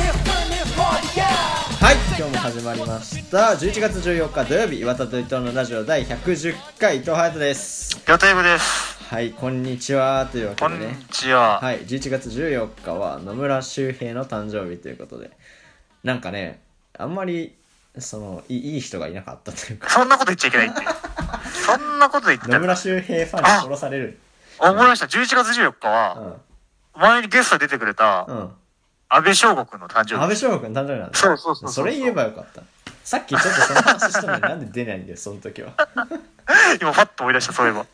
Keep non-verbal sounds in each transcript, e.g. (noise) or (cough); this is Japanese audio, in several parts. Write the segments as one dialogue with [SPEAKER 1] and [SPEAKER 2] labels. [SPEAKER 1] this, turn this party out
[SPEAKER 2] はい今日も始まりました11月14日土曜日岩田と伊藤のラジオ第110回伊藤隼人です
[SPEAKER 3] 予定部です。
[SPEAKER 2] はいこんにちはというわけ
[SPEAKER 3] こ
[SPEAKER 2] で
[SPEAKER 3] んに
[SPEAKER 2] ね
[SPEAKER 3] ちは。
[SPEAKER 2] はい11月14日は野村周平の誕生日ということでなんかねあんまりそのいいいい人がいなかったというか
[SPEAKER 3] そんなこと言っちゃいけないって。そんなこと言って
[SPEAKER 2] 野
[SPEAKER 3] た
[SPEAKER 2] 村周平ファンに殺される
[SPEAKER 3] 思いました。11月14日
[SPEAKER 2] う
[SPEAKER 3] は、
[SPEAKER 2] ん
[SPEAKER 3] 前にゲストで出てくれた
[SPEAKER 2] う、ん
[SPEAKER 3] 安倍翔吾くんの誕
[SPEAKER 2] 安
[SPEAKER 3] 生日。
[SPEAKER 2] 倍翔吾君誕生日なんだ
[SPEAKER 3] そうそうそうそう
[SPEAKER 2] れ言えばよかったさっきちょっとその話したのになんで出ないんだよその時は
[SPEAKER 3] 今、ファッと思い出した、そういえば。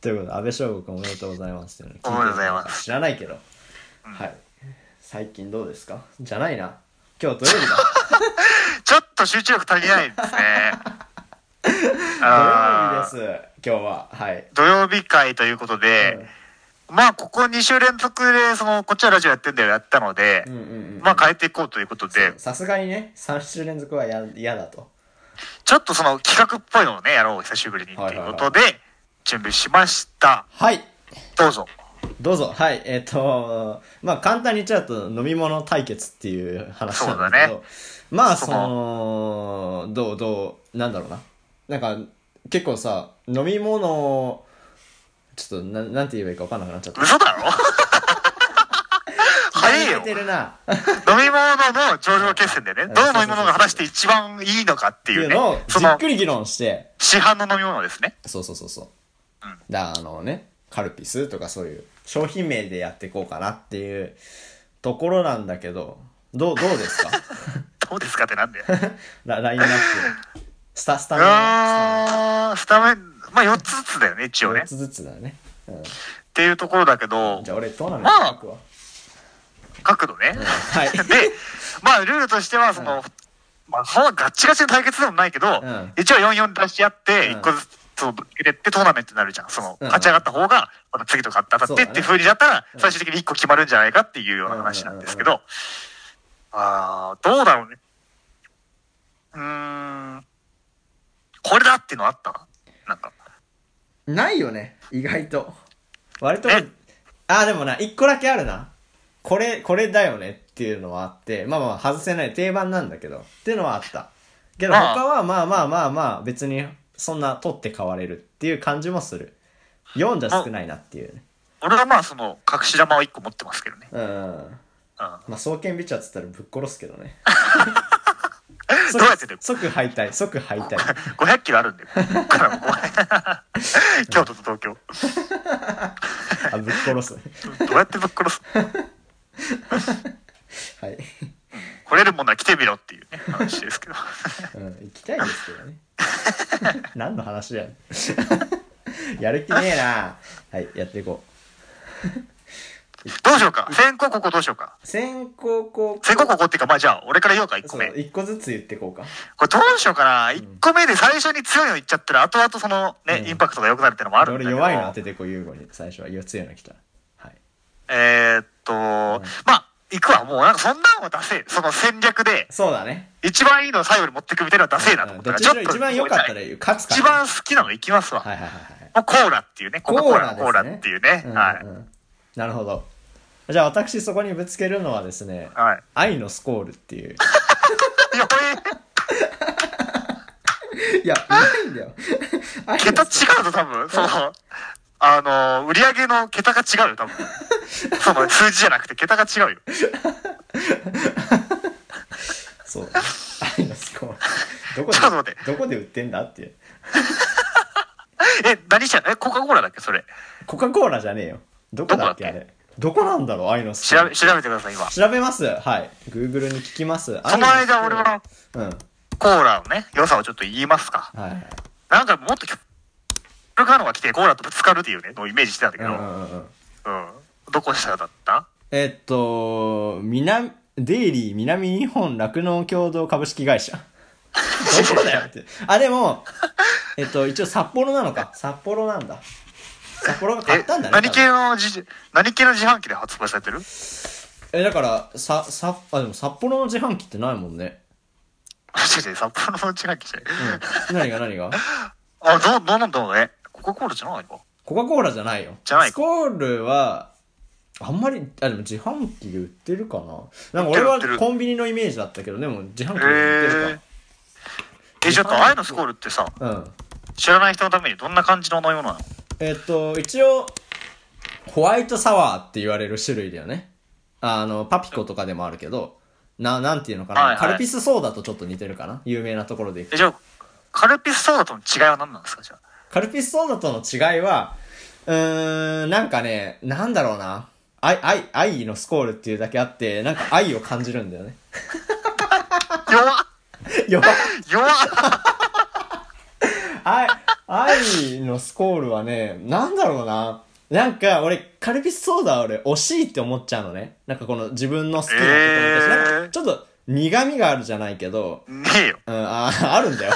[SPEAKER 2] ということで安倍翔吾君おめでとうございますっていうの
[SPEAKER 3] おめでとうございます
[SPEAKER 2] 知らないけど、はい最近どうですかじゃないな今日土曜日だ
[SPEAKER 3] ちょっと集中力足りないですね。
[SPEAKER 2] (laughs)
[SPEAKER 3] (laughs) あー
[SPEAKER 2] 土曜日です今日ははい、
[SPEAKER 3] 土曜日会ということで、まあ、ここ2週連続で、その、こっちはラジオやってんだよ、やったので
[SPEAKER 2] うん、、うんうんうん
[SPEAKER 3] まあ、変えていこうということで、
[SPEAKER 2] さすがにね3週連続はや嫌だと
[SPEAKER 3] ちょっとその企画っぽいのをね、やろう、久しぶりにっていうことで、準備しました。
[SPEAKER 2] はい
[SPEAKER 3] どうぞ。
[SPEAKER 2] どうぞはいえっ、とまあ簡単に言っちゃうと飲み物対決っていう話なんだけど
[SPEAKER 3] そうだね
[SPEAKER 2] まあそ
[SPEAKER 3] そ
[SPEAKER 2] のどうどうなんだろうななんか結構さ飲み物をちょっとななんて言えばいいか分かんなくなっちゃった
[SPEAKER 3] 嘘だ
[SPEAKER 2] (laughs)
[SPEAKER 3] ろ早い
[SPEAKER 2] や
[SPEAKER 3] よ
[SPEAKER 2] れて
[SPEAKER 3] 飲
[SPEAKER 2] るな
[SPEAKER 3] み物の頂上決戦でね、どの飲み物が果たして一番いいのかって
[SPEAKER 2] って
[SPEAKER 3] い
[SPEAKER 2] いうう
[SPEAKER 3] ね
[SPEAKER 2] のを、
[SPEAKER 3] そ
[SPEAKER 2] じっ
[SPEAKER 3] の
[SPEAKER 2] くり議論して
[SPEAKER 3] 市販の飲み物ですね。
[SPEAKER 2] そうそうそうそう、だあのねカルピスとかそういう商品名でやっていこうかなっていうところなんだけどどうどうですか (laughs)
[SPEAKER 3] どうですかってなんで。う
[SPEAKER 2] ララインナップスタスタメン
[SPEAKER 3] ーん、スタメン、まあ4つずつだよね、一応ね。
[SPEAKER 2] 4
[SPEAKER 3] っ
[SPEAKER 2] つずつだね、う
[SPEAKER 3] ていうところだけど
[SPEAKER 2] ん、じ、ゃあ俺トーナメント書くわ
[SPEAKER 3] 角度ね。
[SPEAKER 2] はい
[SPEAKER 3] で、 (laughs) まあルールとしては、その、まあそんなガッチガチの対決でもないけど
[SPEAKER 2] ん、
[SPEAKER 3] 一応4-4出し合って、
[SPEAKER 2] うん
[SPEAKER 3] 1個ずつ。そうぶつけてってトーナメントになるじゃん。その、
[SPEAKER 2] うん
[SPEAKER 3] 勝ち上がった方が、また次とか当たってっていう風になったら、最終的に1個決まるんじゃないかっていうような話なんですけど、ああ、どうだろうね。うーん、これだっていうのあったなんか、
[SPEAKER 2] ないよね意外と割と
[SPEAKER 3] え
[SPEAKER 2] ああでもな1個だけあるなこれこれだよねっていうのはあってまあまあ外せない定番なんだけどっていうのはあったけど
[SPEAKER 3] ああ
[SPEAKER 2] 他はまあまあまあまあ別にそんな取って代われるっていう感じもする4じゃ少ないなっていうね
[SPEAKER 3] 俺はまあその、隠し玉を1個持ってますけどね。
[SPEAKER 2] うん
[SPEAKER 3] うん。
[SPEAKER 2] まあ双剣ビチャーっつったらぶっ殺すけどね
[SPEAKER 3] どうやってだよ
[SPEAKER 2] 即敗退即敗退
[SPEAKER 3] (laughs) 500キロあるんで、ここからも (laughs) 京都と東京。
[SPEAKER 2] あぶっ殺す
[SPEAKER 3] どうやってぶっ殺す
[SPEAKER 2] はい、
[SPEAKER 3] 来れるものは来てみろっていうね、話ですけど。 (laughs)
[SPEAKER 2] うん、行きたいですけどね (laughs) 何の話や (laughs) やる気ねえなはいやっていこ
[SPEAKER 3] どうしようか先行ここどうしようか
[SPEAKER 2] う先行後
[SPEAKER 3] 先行ここっていうか、まあじゃあ、俺から言おうか、1個
[SPEAKER 2] そう
[SPEAKER 3] 目。これ
[SPEAKER 2] 一個ずつ言っていこうか
[SPEAKER 3] どうしようかな ?1 個目で最初に強いの言っちゃったら、後々そのね、
[SPEAKER 2] うん
[SPEAKER 3] インパクトが良くなるってのもあるんだけ
[SPEAKER 2] 俺
[SPEAKER 3] ど。
[SPEAKER 2] 弱いの当ててこう優吾に最初は四つような来たはい
[SPEAKER 3] えーっと、まあ、行くわ。もうなんかそんなのはダセえ。その戦略で、
[SPEAKER 2] そうだね
[SPEAKER 3] 一番いいのを最後に持ってくみたいなのはダセえなと
[SPEAKER 2] う
[SPEAKER 3] 思
[SPEAKER 2] ん
[SPEAKER 3] っ
[SPEAKER 2] ど
[SPEAKER 3] た
[SPEAKER 2] っ
[SPEAKER 3] から、
[SPEAKER 2] ちにしろ一番良かったら言う勝つから
[SPEAKER 3] 一番好きなの行きますわ。
[SPEAKER 2] はいはいはいはい
[SPEAKER 3] もうコーラっていうね、コカ・コーラのコーラ
[SPEAKER 2] ですね
[SPEAKER 3] っていうね。
[SPEAKER 2] うん
[SPEAKER 3] はい。
[SPEAKER 2] うんなるほどじゃあ私そこにぶつけるのはですね
[SPEAKER 3] はい
[SPEAKER 2] 「愛のスコール」って
[SPEAKER 3] (laughs)
[SPEAKER 2] いう
[SPEAKER 3] いや、こ
[SPEAKER 2] いやうまいんだ (laughs) よ愛
[SPEAKER 3] れ、
[SPEAKER 2] の
[SPEAKER 3] 桁違うぞ、多
[SPEAKER 2] (laughs)
[SPEAKER 3] 分。その、あの、売り上げの桁が違う
[SPEAKER 2] (laughs)
[SPEAKER 3] よ、多分。その数字じゃなくて、桁が違うよ。
[SPEAKER 2] そうだね。愛のスコール。どこで、
[SPEAKER 3] ちょっと待って
[SPEAKER 2] どこで売ってんだっていう。
[SPEAKER 3] え、何しちゃえ、コカ・コーラだっけそれ。
[SPEAKER 2] コカ・コーラじゃねえよ。どこだっけ
[SPEAKER 3] ど
[SPEAKER 2] あ
[SPEAKER 3] こだっ
[SPEAKER 2] れ。どこなんだろう愛のス
[SPEAKER 3] 調
[SPEAKER 2] コー
[SPEAKER 3] べ、
[SPEAKER 2] ル。
[SPEAKER 3] 調べてください、今。
[SPEAKER 2] 調べます。はい。Google に聞きます。
[SPEAKER 3] その間、
[SPEAKER 2] 愛
[SPEAKER 3] 俺
[SPEAKER 2] のスコール。
[SPEAKER 3] は
[SPEAKER 2] うん。
[SPEAKER 3] コーラのね、良さをちょっと言いますか。
[SPEAKER 2] はいはい。
[SPEAKER 3] なんか、もっとき、ルカのが来て、コーラとぶつかるっていうね、のをイメージしてたんだけ
[SPEAKER 2] う
[SPEAKER 3] ど、
[SPEAKER 2] んうんうんうん。
[SPEAKER 3] うん。どこしただった
[SPEAKER 2] えっと、南、デイリー南日本酪農協同株式会社。どこだよって。あ、でも、えっと、一応札幌なのか。札幌なんだ。札幌が買
[SPEAKER 3] え
[SPEAKER 2] ったんだね。
[SPEAKER 3] 何系の自何系の自販機で発売されてる (laughs)
[SPEAKER 2] え、だから、さ、さ、あ、でも札幌の自販機ってないもんね。
[SPEAKER 3] 違う違う、札幌の自販機じゃない。
[SPEAKER 2] うん。何が何が
[SPEAKER 3] あ、どう、どうなんだろうね。コカ・コーラじゃないのか。
[SPEAKER 2] コカ・コーラじゃないよ。
[SPEAKER 3] じゃない
[SPEAKER 2] スコールは、あんまり、あ、でも自販機で売ってるかな。なんか俺
[SPEAKER 3] 売ってる売
[SPEAKER 2] は
[SPEAKER 3] ってる
[SPEAKER 2] コンビニのイメージだったけど、でも自販機で売って
[SPEAKER 3] へ
[SPEAKER 2] る
[SPEAKER 3] え。え、ちょっと、愛のスコールってさ、
[SPEAKER 2] か。うん。
[SPEAKER 3] 知らない人のためにどんな感じの飲み物なの
[SPEAKER 2] えっと、一応、ホワイトサワーって言われる種類だよね。あの、パピコとかでもあるけど、な、なんていうのかな。
[SPEAKER 3] はいはい
[SPEAKER 2] カルピスソーダとちょっと似てるかな。有名なところでいくと
[SPEAKER 3] え、じゃあ、カルピスソーダとの違いは何なんですかじゃあ。
[SPEAKER 2] カルピスソーダとの違いは、うーん、なんかね、なんだろうな。愛、愛、愛のスコールっていうだけあって、なんか愛を感じるんだよね。 (laughs)
[SPEAKER 3] 弱っ
[SPEAKER 2] 弱っ
[SPEAKER 3] 弱っ
[SPEAKER 2] 愛、愛のスコールはね、なんだろうな。なんか、俺、カルピスソーダは俺、惜しいって思っちゃうのね。なんかこの自分の好きなところだし、
[SPEAKER 3] えー
[SPEAKER 2] なんかちょっと苦味があるじゃないけど、
[SPEAKER 3] ねえよ。
[SPEAKER 2] うん、あ (laughs) ーあるんだよ。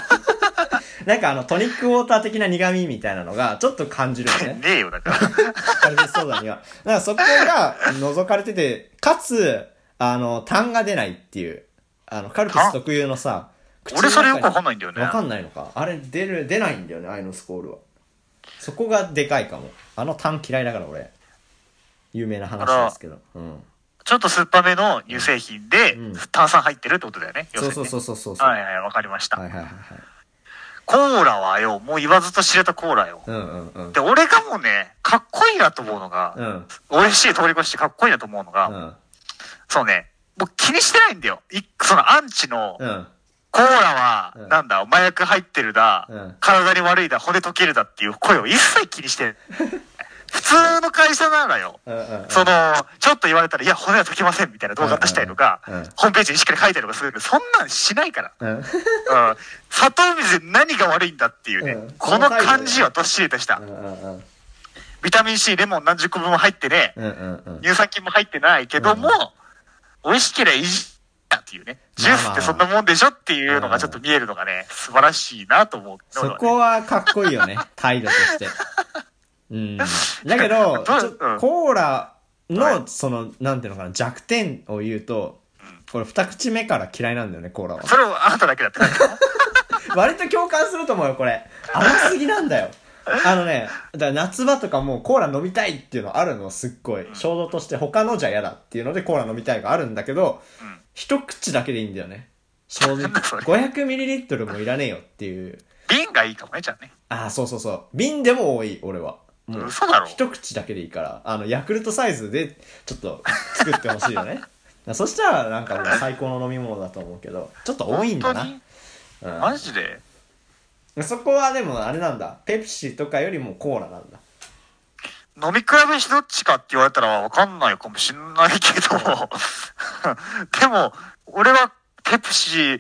[SPEAKER 2] なんかあの、トニックウォーター的な苦味みたいなのが、ちょっと感じるよね。
[SPEAKER 3] ねえよ、だから。
[SPEAKER 2] カルピスソーダには。だからそこが覗かれてて、かつ、あの、痰が出ないっていう、あの、カルピス特有のさ、口の中
[SPEAKER 3] (laughs) 俺
[SPEAKER 2] に
[SPEAKER 3] それよくわかんないんだよね
[SPEAKER 2] わ。かんないのか。あれ、出る、出ないんだよね、アイノスコールは。そこがでかいかも。あの痰嫌いだから俺。有名な話ですけど。うん。
[SPEAKER 3] ちょっと酸っぱめの乳製品で
[SPEAKER 2] うん、
[SPEAKER 3] 炭酸入ってるってことだよね。要す
[SPEAKER 2] そ
[SPEAKER 3] る
[SPEAKER 2] う
[SPEAKER 3] に
[SPEAKER 2] そう
[SPEAKER 3] ね
[SPEAKER 2] そうそうそう。
[SPEAKER 3] はい
[SPEAKER 2] い。
[SPEAKER 3] はい、わかりました
[SPEAKER 2] は。いはいはい。
[SPEAKER 3] コーラはよ、もう言わずと知れたコーラよ。
[SPEAKER 2] うんうんうん。
[SPEAKER 3] で、俺がもうね、かっこいいなと思うのが、
[SPEAKER 2] うん。
[SPEAKER 3] 美味しい通り越してかっこいいなと思うのが、
[SPEAKER 2] うん。
[SPEAKER 3] そうね、もう気にしてないんだよ。いそのアンチの、
[SPEAKER 2] うん。
[SPEAKER 3] コーラ
[SPEAKER 2] うん
[SPEAKER 3] は、なんだ、麻薬入ってるだ、
[SPEAKER 2] うん
[SPEAKER 3] 体に悪いだ、骨溶けるだっていう声を一切気にして
[SPEAKER 2] (laughs)
[SPEAKER 3] ない。普通の会社ならよ。
[SPEAKER 2] うんうん。
[SPEAKER 3] その、ちょっと言われたら、いや、骨は溶けませんみたいな動画出したりとか、
[SPEAKER 2] うんうんうん
[SPEAKER 3] ホームページにしっかり書いたりとかするけど、そんなんしないから。
[SPEAKER 2] うん。
[SPEAKER 3] うん。砂糖水で何が悪いんだっていうね、
[SPEAKER 2] うん
[SPEAKER 3] この感じはどっしりとした。
[SPEAKER 2] うんうんうん。
[SPEAKER 3] ビタミン C レモン何十個分も入ってね、
[SPEAKER 2] うんうんうん。
[SPEAKER 3] 乳酸菌も入ってないけども、美味しければいいじゃんっていうね。ジュースってそんなもんでしょっていうのがちょっと見えるのがね、素晴らしいなと思う。
[SPEAKER 2] そこはかっこいいよ
[SPEAKER 3] (laughs)
[SPEAKER 2] ね。態度として。うん。だけ
[SPEAKER 3] (laughs)
[SPEAKER 2] ど、
[SPEAKER 3] どう
[SPEAKER 2] ちょ
[SPEAKER 3] うん
[SPEAKER 2] コーラ
[SPEAKER 3] はい
[SPEAKER 2] の、その、なんていうのかな、弱点を言うと、これ二口目から嫌いなんだよね、コーラは。 (laughs)
[SPEAKER 3] それをあなただけだってないの
[SPEAKER 2] 割と共感すると思うよ、これ。甘すぎなんだ
[SPEAKER 3] (laughs)
[SPEAKER 2] よ。あのね、だから夏場とかもうコーラ飲みたいっていうのあるの、すっごい。衝動として他のじゃ嫌だっていうのでコーラ飲みたいがあるんだけど、
[SPEAKER 3] ん
[SPEAKER 2] 一口だけでいいんだよね。正直。
[SPEAKER 3] (laughs) なんだそれ
[SPEAKER 2] 500ml もいらねえよっていう。
[SPEAKER 3] 瓶がいいかもね、じゃあね。
[SPEAKER 2] ああ、そうそうそう。瓶でも多い、俺は。もう、
[SPEAKER 3] 嘘だろ。
[SPEAKER 2] 一口だけでいいから、あの、ヤクルトサイズで、ちょっと、作ってほしいよ (laughs) ね。そしたら、なんかもう最高の飲み物だと思うけど、ちょっと多いんだ
[SPEAKER 3] 本
[SPEAKER 2] な。
[SPEAKER 3] 当にマジで
[SPEAKER 2] うん、そこはでも、あれなんだ。ペプシとかよりもコーラなんだ。
[SPEAKER 3] 飲み比べしどっちかって言われたらわかんないかもしんないけど、 (laughs) でも、俺はペプシ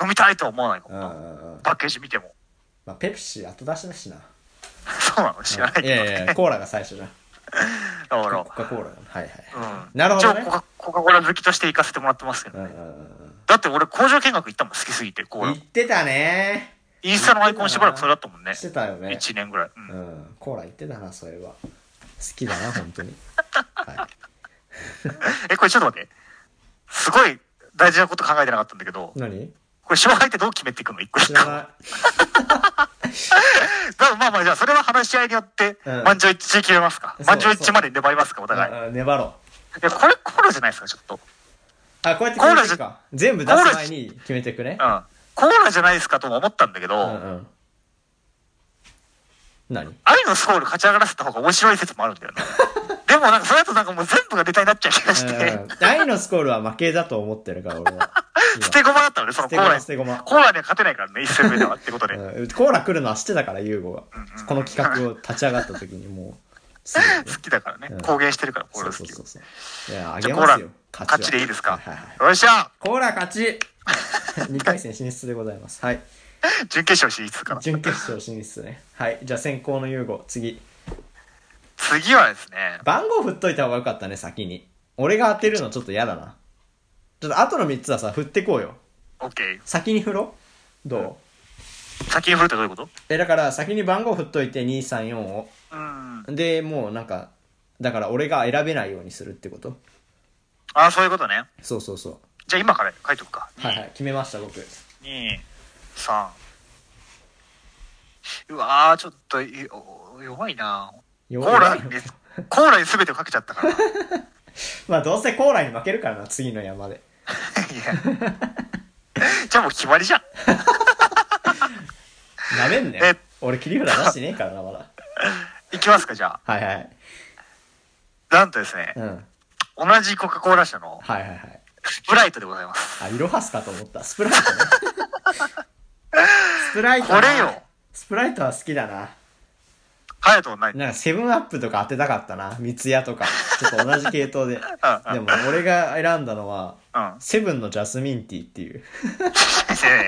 [SPEAKER 3] 飲みたいとは思わないか
[SPEAKER 2] う
[SPEAKER 3] も。
[SPEAKER 2] んうんうん。
[SPEAKER 3] パッケージ見ても。 (laughs)
[SPEAKER 2] まあ、ペプシ後出しだしな。
[SPEAKER 3] そうなの知らないけ
[SPEAKER 2] い
[SPEAKER 3] ど。
[SPEAKER 2] やいやいや、コーラが最初だ。
[SPEAKER 3] だから
[SPEAKER 2] コ、カ・コーラだな。はいはい。
[SPEAKER 3] うん
[SPEAKER 2] なるほどね
[SPEAKER 3] 一応コカ、コカ・コーラ好きとして行かせてもらってますけど
[SPEAKER 2] うん
[SPEAKER 3] ね。
[SPEAKER 2] うんうん
[SPEAKER 3] だって俺工場見学行ったもん、好きすぎて、コー
[SPEAKER 2] うん。
[SPEAKER 3] ラ
[SPEAKER 2] 言。ってたね
[SPEAKER 3] インスタのアイコンしばらくそれだったもんね。
[SPEAKER 2] してたよね。
[SPEAKER 3] 1年ぐらい。うん
[SPEAKER 2] うん、コーラ言ってたな、それは。好きだな、本当に。はい。
[SPEAKER 3] え、これちょっと待って。すごい大事なこと考えてなかったんだけど、
[SPEAKER 2] 何
[SPEAKER 3] これ勝敗ってどう決めていくの一個一
[SPEAKER 2] 知
[SPEAKER 3] 個。
[SPEAKER 2] らな
[SPEAKER 3] だからまあまあ、じゃあそれは話し合いによって、
[SPEAKER 2] うん
[SPEAKER 3] 満場一致で決めますか。
[SPEAKER 2] そう
[SPEAKER 3] 満場一致まで粘りますか、お互い。い
[SPEAKER 2] い。うん粘ろう。
[SPEAKER 3] や、これコーラじゃないですか、ちょっと。
[SPEAKER 2] あ、こうやって決めていくか。全部出す
[SPEAKER 3] コーラ
[SPEAKER 2] 前に決めていくね
[SPEAKER 3] う。ん。コーラじゃないですかとも思ったんだけど、
[SPEAKER 2] うんうん。何
[SPEAKER 3] 愛のスコール勝ち上がらせた方が面白い説もあるん
[SPEAKER 2] (laughs)
[SPEAKER 3] だよね。でもなんかそれだとなんかもう全部が出たになっちゃう気がして、
[SPEAKER 2] うん愛のスコールは負けだと思ってるから、俺
[SPEAKER 3] (laughs)
[SPEAKER 2] は。
[SPEAKER 3] 捨て駒だったのね、その
[SPEAKER 2] 捨て
[SPEAKER 3] コーラ
[SPEAKER 2] 駒、
[SPEAKER 3] に
[SPEAKER 2] 捨。て駒。
[SPEAKER 3] コーラには勝てないからね、一戦目ではってことで。
[SPEAKER 2] うんコーラ来るのは知ってたから、ユーゴが。この企画を立ち上がった時にもう、すぐ
[SPEAKER 3] 好きだからね
[SPEAKER 2] うん。
[SPEAKER 3] 公言してるから、 (laughs) コー
[SPEAKER 2] そ
[SPEAKER 3] ラ
[SPEAKER 2] う
[SPEAKER 3] 好
[SPEAKER 2] そう
[SPEAKER 3] き
[SPEAKER 2] そ
[SPEAKER 3] を
[SPEAKER 2] う。そう。いや、あ
[SPEAKER 3] じ
[SPEAKER 2] げ
[SPEAKER 3] ゃあコー
[SPEAKER 2] ま
[SPEAKER 3] ラ
[SPEAKER 2] すよ。、
[SPEAKER 3] 勝ちでいいですか
[SPEAKER 2] はいはいはい。
[SPEAKER 3] よっしゃ
[SPEAKER 2] コーラ勝ち (laughs) !2 回戦進出でございます。はい。
[SPEAKER 3] 準決勝進出かな。
[SPEAKER 2] 準決勝進出ね。はい。じゃあ先行のユーゴ、次。
[SPEAKER 3] 次はですね、
[SPEAKER 2] 番号振っといた方がよかったね、先に。俺が当てるのちょっと嫌だな。ちょっと後の3つはさ、振ってこうよ。
[SPEAKER 3] オッケー。
[SPEAKER 2] 先に振ろうどう、
[SPEAKER 3] 先に振るってどういうこと
[SPEAKER 2] え、だから先に番号振っといて、2、3、4を。
[SPEAKER 3] うん。
[SPEAKER 2] で、もうなんか、だから俺が選べないようにするってこと
[SPEAKER 3] ああ、そういうことね。
[SPEAKER 2] そうそうそう。
[SPEAKER 3] じゃあ今から書いとくか。
[SPEAKER 2] はいはい、決めました、僕。
[SPEAKER 3] 2、3。うわー、ちょっといお弱いなコ
[SPEAKER 2] コ
[SPEAKER 3] ーラに、コーラに全てをかけちゃったから。い
[SPEAKER 2] (laughs) まあどうせコーラに負けるからな、次の山で。
[SPEAKER 3] や。じゃあもう決まりじゃん。
[SPEAKER 2] なめんね
[SPEAKER 3] え。
[SPEAKER 2] 俺切り札出してねえからな、まだ。
[SPEAKER 3] いきますか、じゃあ。
[SPEAKER 2] はいはい。
[SPEAKER 3] なんとですね
[SPEAKER 2] う、ん。はい
[SPEAKER 3] 同じコカ・コーラ社の
[SPEAKER 2] はいはい。
[SPEAKER 3] スプライトでございます。
[SPEAKER 2] あ、イロハスかと思った。スプライトね。スプライトな
[SPEAKER 3] これよ。
[SPEAKER 2] スプライトは好きだな。
[SPEAKER 3] ハヤトもない。
[SPEAKER 2] なんかセブンアップとか当てたかったな。三ツ矢とか。ちょっと同じ系統で。
[SPEAKER 3] うん
[SPEAKER 2] でも俺が選んだのは、
[SPEAKER 3] うん。
[SPEAKER 2] セブンのジャスミンティーっていう。
[SPEAKER 3] いやいやい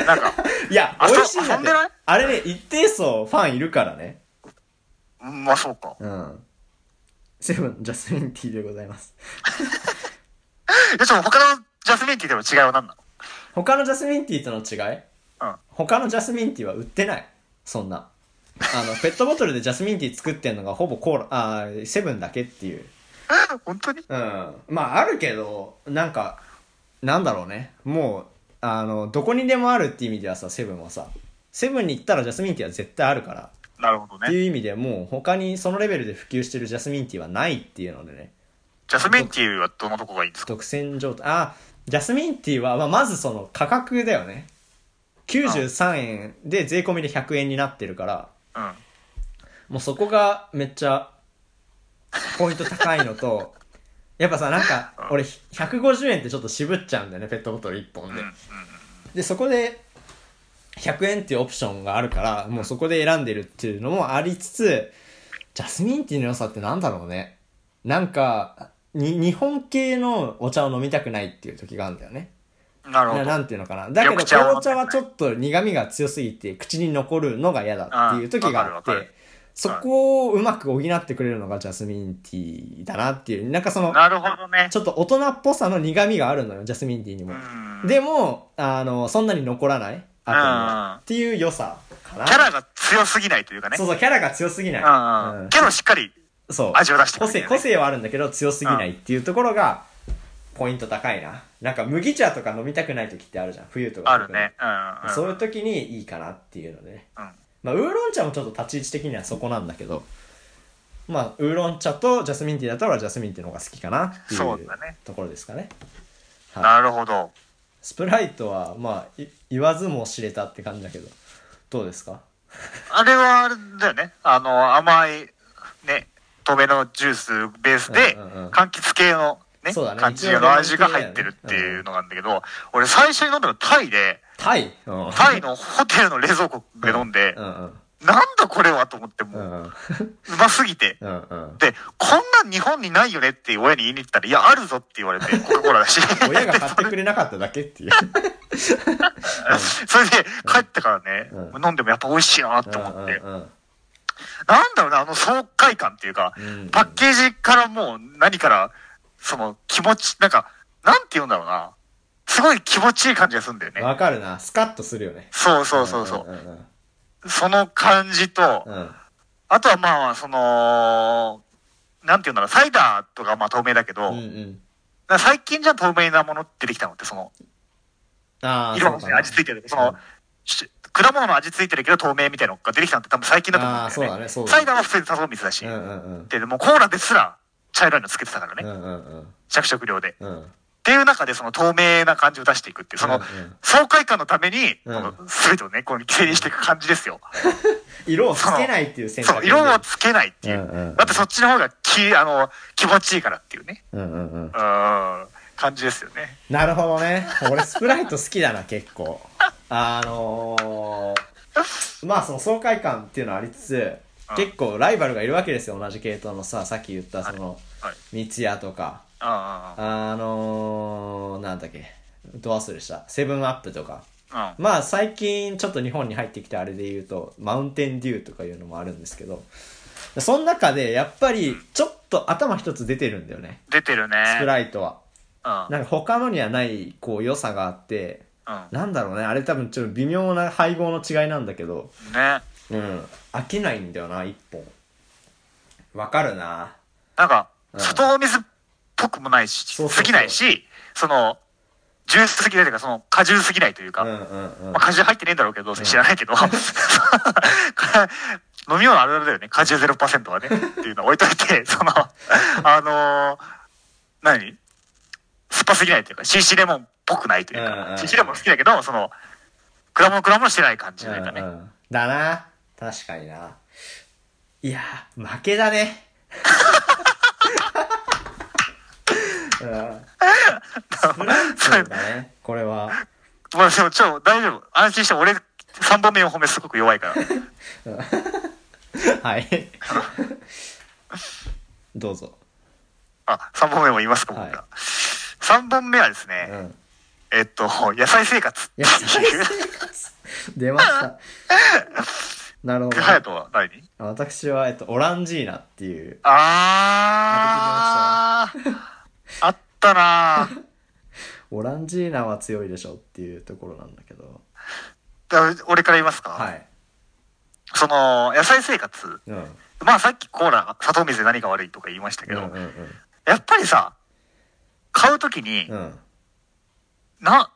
[SPEAKER 3] やなんか、
[SPEAKER 2] いや、
[SPEAKER 3] あ
[SPEAKER 2] 美味しいん
[SPEAKER 3] そう
[SPEAKER 2] だ
[SPEAKER 3] 遊
[SPEAKER 2] っ
[SPEAKER 3] ん
[SPEAKER 2] て
[SPEAKER 3] でない。
[SPEAKER 2] あれね、一定層ファンいるからね。
[SPEAKER 3] うんまあそうか。
[SPEAKER 2] うん。セブン、ジャスミンティーでございます。
[SPEAKER 3] え、ちょっと他のジャスミンティーでも違いは何な
[SPEAKER 2] 他のジャスミンティーとの違い
[SPEAKER 3] のうん。
[SPEAKER 2] 他のジャスミンティーは売ってない。そんな。あの、ペットボトルでジャスミンティー作ってんのがほぼコーラ、あーセブンだけっていう。
[SPEAKER 3] 本当に
[SPEAKER 2] うん。まあ、あるけど、なんか、なんだろうね。もう、あの、どこにでもあるっていう意味ではさ、セブンはさ、セブンに行ったらジャスミンティーは絶対あるから。
[SPEAKER 3] なるほど
[SPEAKER 2] って
[SPEAKER 3] ね。
[SPEAKER 2] いう意味でもう他にそのレベルで普及してるジャスミンティーはないっていうのでね
[SPEAKER 3] ジャスミンティーはどのとこがいいんですか
[SPEAKER 2] 独占状態あジャスミンティーは、まあ、まずその価格だよね93円で税込みで100円になってるから
[SPEAKER 3] うん。うん。
[SPEAKER 2] もうそこがめっちゃポイント高いのとやっぱさなんか俺150円ってちょっと渋っちゃうんだよねペットボトル1本で、
[SPEAKER 3] うん
[SPEAKER 2] でそこで100円っていうオプションがあるからもうそこで選んでるっていうのもありつつジャスミンティーの良さってなんだろうねなんかに日本系のお茶を飲みたくないっていう時があるんだよね
[SPEAKER 3] なるほ
[SPEAKER 2] な
[SPEAKER 3] ど。
[SPEAKER 2] なんていうのかなだけど
[SPEAKER 3] 緑茶を飲みた
[SPEAKER 2] 紅
[SPEAKER 3] くな
[SPEAKER 2] 茶
[SPEAKER 3] い
[SPEAKER 2] はちょっと苦味が強すぎて口に残るのが嫌だっていう時があっ
[SPEAKER 3] あわかるわか
[SPEAKER 2] て
[SPEAKER 3] る
[SPEAKER 2] そこをうまく補ってくれるのがジャスミンティーだなっていうなんかその
[SPEAKER 3] なるほどね。
[SPEAKER 2] ちょっと大人っぽさの苦味があるのよジャスミンティーにも。
[SPEAKER 3] うん
[SPEAKER 2] でも、あの、そんなに残らない後
[SPEAKER 3] うん
[SPEAKER 2] にっていう良さかな。
[SPEAKER 3] キャラが強すぎないというかね。
[SPEAKER 2] そうそう、キャラが強すぎない。
[SPEAKER 3] うん
[SPEAKER 2] う
[SPEAKER 3] うんん。けどしっかり。
[SPEAKER 2] そう。
[SPEAKER 3] 味を出して
[SPEAKER 2] 個
[SPEAKER 3] くれる
[SPEAKER 2] 性、
[SPEAKER 3] よね
[SPEAKER 2] 個性はあるんだけど強すぎないっていうところが、ポイント高いな。なんか麦茶とか飲みたくない時ってあるじゃん。冬とか。
[SPEAKER 3] あるね。。うん。
[SPEAKER 2] そう
[SPEAKER 3] う
[SPEAKER 2] いう時にいいかなっていうのでね。
[SPEAKER 3] ん。うん
[SPEAKER 2] まあ、ウーロン茶もちょっと立ち位置的にはそこなんだけど、まあ、ウーロン茶とジャスミンティーだったらジャスミンティーの方が好きかなってい
[SPEAKER 3] そう
[SPEAKER 2] う
[SPEAKER 3] だね
[SPEAKER 2] ところですかね。はい
[SPEAKER 3] なるほど。
[SPEAKER 2] スプライトは、まあ、い言わずも知れたって感じだけど、どうですか
[SPEAKER 3] あれはあれだよね。あの、甘い、ね、透明のジュースベースで
[SPEAKER 2] うんうんうん、
[SPEAKER 3] 柑橘系のね、
[SPEAKER 2] そうだね
[SPEAKER 3] 柑橘系の味が入ってるっていうのなんだけど、俺最初に飲んだのタイで、
[SPEAKER 2] タイうん。
[SPEAKER 3] タイのホテルの冷蔵庫で飲んで
[SPEAKER 2] う、んうん。
[SPEAKER 3] なんだこれはと思って、
[SPEAKER 2] う
[SPEAKER 3] もう、
[SPEAKER 2] んうん。
[SPEAKER 3] うますぎて。
[SPEAKER 2] うんうん。
[SPEAKER 3] で、こんなん日本にないよねって親に言いに行ったら、いや、あるぞって言わ
[SPEAKER 2] (laughs)
[SPEAKER 3] れて、コカ・コーラだし。
[SPEAKER 2] 親が買ってくれなかっただけっていう。
[SPEAKER 3] (laughs) それで、帰ってからね、
[SPEAKER 2] うん
[SPEAKER 3] 飲んでもやっぱ美味しいなって
[SPEAKER 2] うん
[SPEAKER 3] 思
[SPEAKER 2] うん
[SPEAKER 3] っ
[SPEAKER 2] う
[SPEAKER 3] て。
[SPEAKER 2] ん。
[SPEAKER 3] なんだろうな、あの爽快感っていうか、
[SPEAKER 2] うん
[SPEAKER 3] パッケージからもう何から、その気持ち、なんか、なんて言うんだろうな。すごい気持ちいい感じがするんだよね。
[SPEAKER 2] わかるな。スカッとするよね。
[SPEAKER 3] そうそうそうそう。
[SPEAKER 2] んうん
[SPEAKER 3] その感じと、
[SPEAKER 2] うん。
[SPEAKER 3] あとはまあ、その、なんて言うんだろう、サイダーとかまあ透明だけど、
[SPEAKER 2] うんうんうん。
[SPEAKER 3] なんか最近じゃ透明なもの出てきたのって、その、
[SPEAKER 2] ああ、
[SPEAKER 3] 色
[SPEAKER 2] そ
[SPEAKER 3] が
[SPEAKER 2] うか
[SPEAKER 3] ね
[SPEAKER 2] な
[SPEAKER 3] 味ついてる。その、し果物の味ついてるけど透明みたいなのが出てきたのって多分最近だと思うんだよね。
[SPEAKER 2] あーそうだねそうだね
[SPEAKER 3] サイダーは普通に砂糖水だし。
[SPEAKER 2] うんうんうん。
[SPEAKER 3] で、でもコーラですら茶色いのつけてたから
[SPEAKER 2] う
[SPEAKER 3] ね。
[SPEAKER 2] んうんうん。
[SPEAKER 3] 着色料で。っ
[SPEAKER 2] うん。
[SPEAKER 3] ていう中で、その透明な感じを出していくっていう、そ
[SPEAKER 2] う
[SPEAKER 3] の、
[SPEAKER 2] んうん
[SPEAKER 3] 爽快感のために、
[SPEAKER 2] うん
[SPEAKER 3] この全てをね、こう犠牲にしていく感じですよ。
[SPEAKER 2] 色をつけないっていう選択
[SPEAKER 3] そう、色をつけないってい
[SPEAKER 2] う
[SPEAKER 3] う。
[SPEAKER 2] んうん
[SPEAKER 3] だってそっちの方がき、あの、気持ちいいからっていうね。
[SPEAKER 2] うんうんうん
[SPEAKER 3] う。ん、感じですよね。
[SPEAKER 2] なるほどね。俺、スプライト好きだな、結構。あのー、まあ、その爽快感っていうのはありつつ、
[SPEAKER 3] うん
[SPEAKER 2] 結構ライバルがいるわけですよ、同じ系統のさ、さっき言ったその、
[SPEAKER 3] はい。
[SPEAKER 2] 三ツ矢とか、
[SPEAKER 3] あ
[SPEAKER 2] あのー、なんだっけ、ド忘れした、セブンアップとか。
[SPEAKER 3] あ、
[SPEAKER 2] まあ、最近ちょっと日本に入ってきたあれで言うと、マウンテンデューとかいうのもあるんですけど、その中で、やっぱり、ちょっと頭一つ出てるんだよね、
[SPEAKER 3] 出てるね。
[SPEAKER 2] スプライトは。
[SPEAKER 3] うん。
[SPEAKER 2] なんか他のにはない、こう、良さがあって、
[SPEAKER 3] うん。
[SPEAKER 2] なんだろうね、あれ多分ちょっと微妙な配合の違いなんだけど、
[SPEAKER 3] ね。
[SPEAKER 2] うん。飽きないんだよな、一本。わかるな。
[SPEAKER 3] なんか、
[SPEAKER 2] うん
[SPEAKER 3] 外お水っぽくもないし、
[SPEAKER 2] そうそうそう
[SPEAKER 3] すぎないし、その、ジュースすぎないというか、その、果汁すぎないというか、
[SPEAKER 2] うんうんうん
[SPEAKER 3] まあ、。果汁入ってねえんだろうけど、どうせ知らな
[SPEAKER 2] (laughs)
[SPEAKER 3] いけど、飲み物あるあるだよね、果汁0%はね、っていうのは置いとい
[SPEAKER 2] (laughs)
[SPEAKER 3] て、その、あのー何酸っぱすぎないというか、CC レモンっぽくないという
[SPEAKER 2] うんう
[SPEAKER 3] か、
[SPEAKER 2] ん
[SPEAKER 3] CC レモン好きだけど、その、果物果物してない感じ
[SPEAKER 2] うん
[SPEAKER 3] なんかね。
[SPEAKER 2] うんだな。確かにな。いやー、負けだね。うんスプライトだね、これは。
[SPEAKER 3] まあでも、ちょ、大丈夫。安心して、俺、3本目4本目すごく弱
[SPEAKER 2] (laughs)
[SPEAKER 3] いから。
[SPEAKER 2] はい。どうぞ。
[SPEAKER 3] あ、3本目も言いますか、僕
[SPEAKER 2] はい
[SPEAKER 3] が。3本目はです
[SPEAKER 2] う
[SPEAKER 3] ね、
[SPEAKER 2] ん。
[SPEAKER 3] えっと、野菜生活ってい (laughs)
[SPEAKER 2] 野菜
[SPEAKER 3] う。
[SPEAKER 2] 生活。出ました。なるほど。
[SPEAKER 3] ハヤトは何
[SPEAKER 2] 私は、えっと、オランジーナっていう。
[SPEAKER 3] あーあったなー
[SPEAKER 2] オランジーナは強いでしょっていうところなんだけど。
[SPEAKER 3] だ俺から言いますか、
[SPEAKER 2] はい。
[SPEAKER 3] その、野菜生活。
[SPEAKER 2] うん。うん
[SPEAKER 3] まあさっきコーラ、砂糖水で何が悪いとか言いましたけ
[SPEAKER 2] う
[SPEAKER 3] ど、
[SPEAKER 2] ん
[SPEAKER 3] やっぱりさ、買うときに、
[SPEAKER 2] うん。うん。
[SPEAKER 3] な、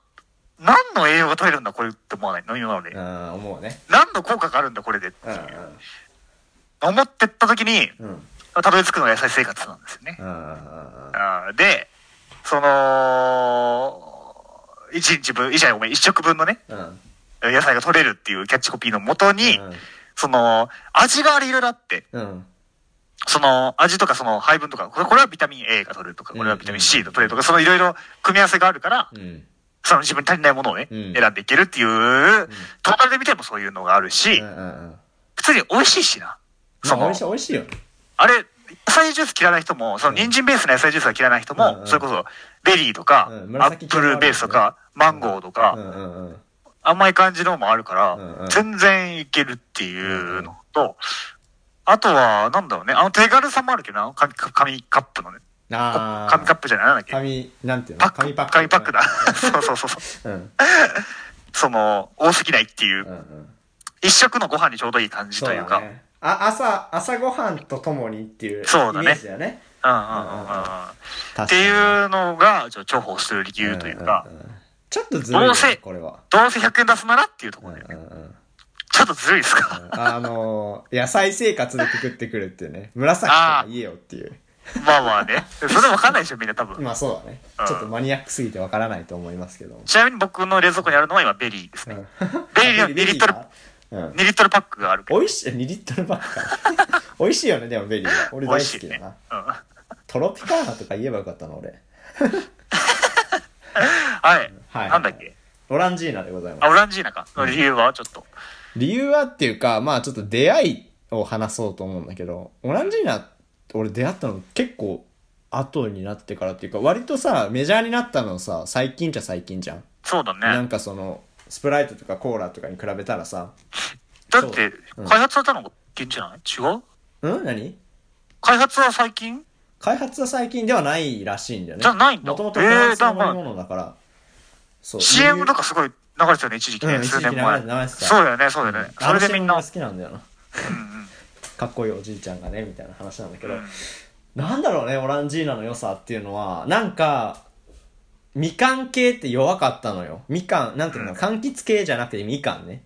[SPEAKER 3] 何の栄養が取れるんだこれって思わない飲み物で。
[SPEAKER 2] うん、思うね。
[SPEAKER 3] 何の効果があるんだこれでって
[SPEAKER 2] うん。
[SPEAKER 3] いううん思ってったときに、
[SPEAKER 2] うん。うん
[SPEAKER 3] たどり着くのが野菜生活なんですよね。
[SPEAKER 2] うん
[SPEAKER 3] あーで、その、一日分、いやごめん、一食分のね、
[SPEAKER 2] うん。うん。
[SPEAKER 3] 野菜が取れるっていうキャッチコピーのもとに、
[SPEAKER 2] うん
[SPEAKER 3] その、味があれいろいろあって、
[SPEAKER 2] うん。
[SPEAKER 3] その、味とかその配分とか、これこれはビタミン A が取れるとか、これはビタミン C が取れるとか、そのいろいろ組み合わせがあるから、
[SPEAKER 2] うん。
[SPEAKER 3] その自分に足りないものをね、
[SPEAKER 2] うん
[SPEAKER 3] 選んでいけるっていう、トータルで見てもそういうのがあるし、
[SPEAKER 2] うんうん。
[SPEAKER 3] 普通に美味しいしな。
[SPEAKER 2] ま
[SPEAKER 3] そ
[SPEAKER 2] あ、美
[SPEAKER 3] の
[SPEAKER 2] 味しい、、美味しいよね。
[SPEAKER 3] あれ、野菜ジュース嫌いな人も、その人参ベースの野菜ジュースが嫌いな人
[SPEAKER 2] うんう
[SPEAKER 3] も、
[SPEAKER 2] ん
[SPEAKER 3] それこそ、ベリーとか、
[SPEAKER 2] うん
[SPEAKER 3] ア
[SPEAKER 2] 紫系
[SPEAKER 3] ップ
[SPEAKER 2] もあるよね
[SPEAKER 3] ルベースとか、マンゴーとか、
[SPEAKER 2] うんうんうん。
[SPEAKER 3] 甘い感じのもあるから、
[SPEAKER 2] うんうん
[SPEAKER 3] 全然いけるっていうのと、あとは、なんだろうね、あの手軽さもあるけどな、紙紙カップのね、
[SPEAKER 2] ああ。
[SPEAKER 3] 紙カップじゃないなんだっけ
[SPEAKER 2] 紙、なんていう
[SPEAKER 3] パッ
[SPEAKER 2] の
[SPEAKER 3] ク
[SPEAKER 2] 紙パック。
[SPEAKER 3] 紙パッ
[SPEAKER 2] (laughs)
[SPEAKER 3] クだ。。そうそうそうそう。
[SPEAKER 2] うん。うん
[SPEAKER 3] その、多すぎないっていう、
[SPEAKER 2] うん。
[SPEAKER 3] 一食のご飯にちょうどいい感じ
[SPEAKER 2] そ
[SPEAKER 3] と
[SPEAKER 2] う
[SPEAKER 3] いう
[SPEAKER 2] だ
[SPEAKER 3] か。
[SPEAKER 2] ね。あ、朝、朝ごはんとともにっていうイメ
[SPEAKER 3] そうだね
[SPEAKER 2] ージだよね。
[SPEAKER 3] うんうん
[SPEAKER 2] う
[SPEAKER 3] うんん
[SPEAKER 2] う
[SPEAKER 3] うんん
[SPEAKER 2] う
[SPEAKER 3] うんん。
[SPEAKER 2] っ
[SPEAKER 3] っていうのが、ちょ重宝する理由というか、
[SPEAKER 2] ちょっとずるいよ
[SPEAKER 3] どうせ
[SPEAKER 2] ね、これは。
[SPEAKER 3] どうせ100円出すならっていうとこ
[SPEAKER 2] うん
[SPEAKER 3] ろ
[SPEAKER 2] うん
[SPEAKER 3] で、
[SPEAKER 2] うん
[SPEAKER 3] ちょっとずるいですか。
[SPEAKER 2] あのー、野菜生活でくくってくるっていうね。紫とか言えよっていう。
[SPEAKER 3] (laughs) まあまあね。それわかんないでしょ、みんな多分。
[SPEAKER 2] まあそうだね
[SPEAKER 3] う。ん
[SPEAKER 2] ちょっとマニアックすぎてわからないと思いますけども。
[SPEAKER 3] ちなみに僕の冷蔵庫にあるのは今ベリーです
[SPEAKER 2] う
[SPEAKER 3] ね。
[SPEAKER 2] ん
[SPEAKER 3] ベリーの2リットル、
[SPEAKER 2] かうん
[SPEAKER 3] 2リットルパックがあるけど。
[SPEAKER 2] 美味しい、2リットルばっか。 (laughs) 美味しいよね、でもベリーは。俺
[SPEAKER 3] 美
[SPEAKER 2] 大
[SPEAKER 3] 味し
[SPEAKER 2] 好
[SPEAKER 3] い
[SPEAKER 2] き
[SPEAKER 3] ね
[SPEAKER 2] だな。。
[SPEAKER 3] うん。
[SPEAKER 2] トロピカーナとか言えばよかったな、俺。
[SPEAKER 3] はい。
[SPEAKER 2] はい
[SPEAKER 3] なんだっけ
[SPEAKER 2] オランジーナでござい
[SPEAKER 3] あ、
[SPEAKER 2] ま
[SPEAKER 3] オランジーナか。の理由はちょっと。
[SPEAKER 2] す。理由はっていうか、まあちょっと出会いを話そうと思うんだけど、オランジーナ、俺出会ったの結構後になってからっていうか、割とさ、メジャーになったのさ、最近じゃ最近じゃん。
[SPEAKER 3] そうだ
[SPEAKER 2] な
[SPEAKER 3] ね
[SPEAKER 2] ん。かその、スプライトとかコーラとかに比べたらさ、
[SPEAKER 3] だって
[SPEAKER 2] う、ん
[SPEAKER 3] 開発されたのが現じゃない違うん
[SPEAKER 2] 何
[SPEAKER 3] 開発は最近
[SPEAKER 2] 開発は最近ではないらしいんだよね。
[SPEAKER 3] じゃないんだ
[SPEAKER 2] もともとフランスの
[SPEAKER 3] えーだから
[SPEAKER 2] 飲み物だから。そう
[SPEAKER 3] ?CM とかすごい流れてたよね、一時期
[SPEAKER 2] う
[SPEAKER 3] ね。
[SPEAKER 2] ん
[SPEAKER 3] 数
[SPEAKER 2] 一時
[SPEAKER 3] 年
[SPEAKER 2] 期流れ
[SPEAKER 3] 前
[SPEAKER 2] てた流れ。てた
[SPEAKER 3] そうだよね、そうだよね。それでみん
[SPEAKER 2] あの
[SPEAKER 3] な。
[SPEAKER 2] 人が好きなんだよな。 (laughs) かっこいいおじいちゃんがね、みたいな話なんだけど
[SPEAKER 3] うん。
[SPEAKER 2] なんだろうね、オランジーナの良さっていうのは、なんか、みかん系って弱かったのよ。みかん、なんていうのかな、柑橘系じゃなくてみかんね。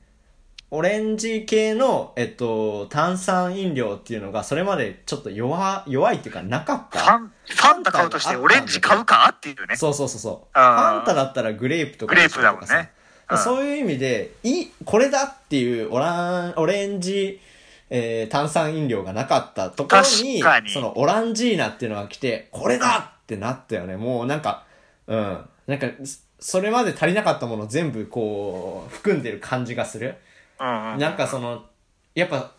[SPEAKER 2] オレンジ系の、えっと、炭酸飲料っていうのが、それまでちょっと弱、弱いっていうかなかっ
[SPEAKER 3] フ
[SPEAKER 2] た。
[SPEAKER 3] ァン、ファンタ買うとしてオレンジ買うかっていうね。
[SPEAKER 2] そうそうそうそう。フ
[SPEAKER 3] あー
[SPEAKER 2] ァンタだったらグレープとか。
[SPEAKER 3] グレープだもんね
[SPEAKER 2] とかさ
[SPEAKER 3] うん
[SPEAKER 2] そういう意味で、い、これだっていうオラン、オレンジ、えー、炭酸飲料がなかったところに、
[SPEAKER 3] 確かに
[SPEAKER 2] そのオランジーナっていうのが来て、これだってなったよね。もうなんか、うん。なんか、そそれまで足りなかったものを全部こう、含んでる感じがする。
[SPEAKER 3] うんうん。
[SPEAKER 2] なんかその、やっぱ、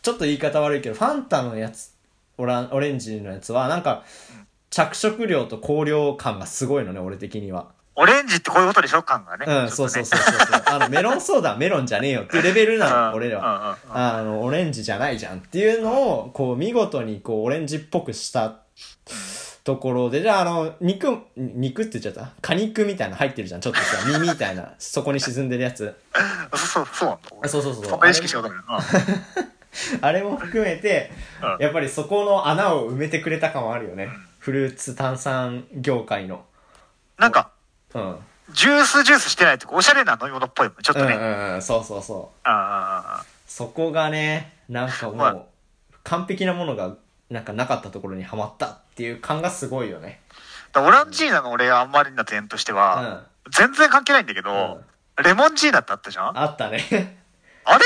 [SPEAKER 2] ちょっと言い方悪いけど、ファンタのやつ、オランオレンジのやつは、なんか、着色料と香料感がすごいのね、俺的には。
[SPEAKER 3] オレンジってこういうことでしょ感がね。
[SPEAKER 2] うん、
[SPEAKER 3] ち
[SPEAKER 2] そ
[SPEAKER 3] ょ
[SPEAKER 2] う
[SPEAKER 3] っと
[SPEAKER 2] そうそ
[SPEAKER 3] ね
[SPEAKER 2] うそう (laughs) そう。あの、メロンソーダ、メロンじゃねえよっていうレベルな
[SPEAKER 3] う
[SPEAKER 2] の、
[SPEAKER 3] ん
[SPEAKER 2] 俺らは。
[SPEAKER 3] うん
[SPEAKER 2] あの、オレンジじゃないじゃんっていうのを、こう、見事に、こう、オレンジっぽくしたところで、じゃあ、あの、肉、肉って言っちゃった果肉みたいなの入ってるじゃん。ちょっとさ、 (laughs) 身みたいな、そこに沈んでるやつ。
[SPEAKER 3] そうそう、そうなんだ。俺
[SPEAKER 2] そうそうそう
[SPEAKER 3] そんな意識しようと思うよ。
[SPEAKER 2] あれも含めて
[SPEAKER 3] うん、
[SPEAKER 2] やっぱりそこの穴を埋めてくれた感はあるよね。フルーツ炭酸業界の。
[SPEAKER 3] なんか、
[SPEAKER 2] うん。
[SPEAKER 3] ジュースジュースしてないとこおしゃれな飲み物っぽいもん、ちょっ
[SPEAKER 2] うん
[SPEAKER 3] とね。
[SPEAKER 2] うんうん、そうそうそう。
[SPEAKER 3] あ
[SPEAKER 2] そこがね、なんかも、
[SPEAKER 3] はいう
[SPEAKER 2] 完璧なものが、なんかなかったところにはまったっていう感がすごいよね。
[SPEAKER 3] あ。だからオランジーナの俺があんまりな点としては、全然関係ないんだけど、
[SPEAKER 2] ん
[SPEAKER 3] レモンジーナってあったじゃんあ
[SPEAKER 2] あったね。
[SPEAKER 3] れ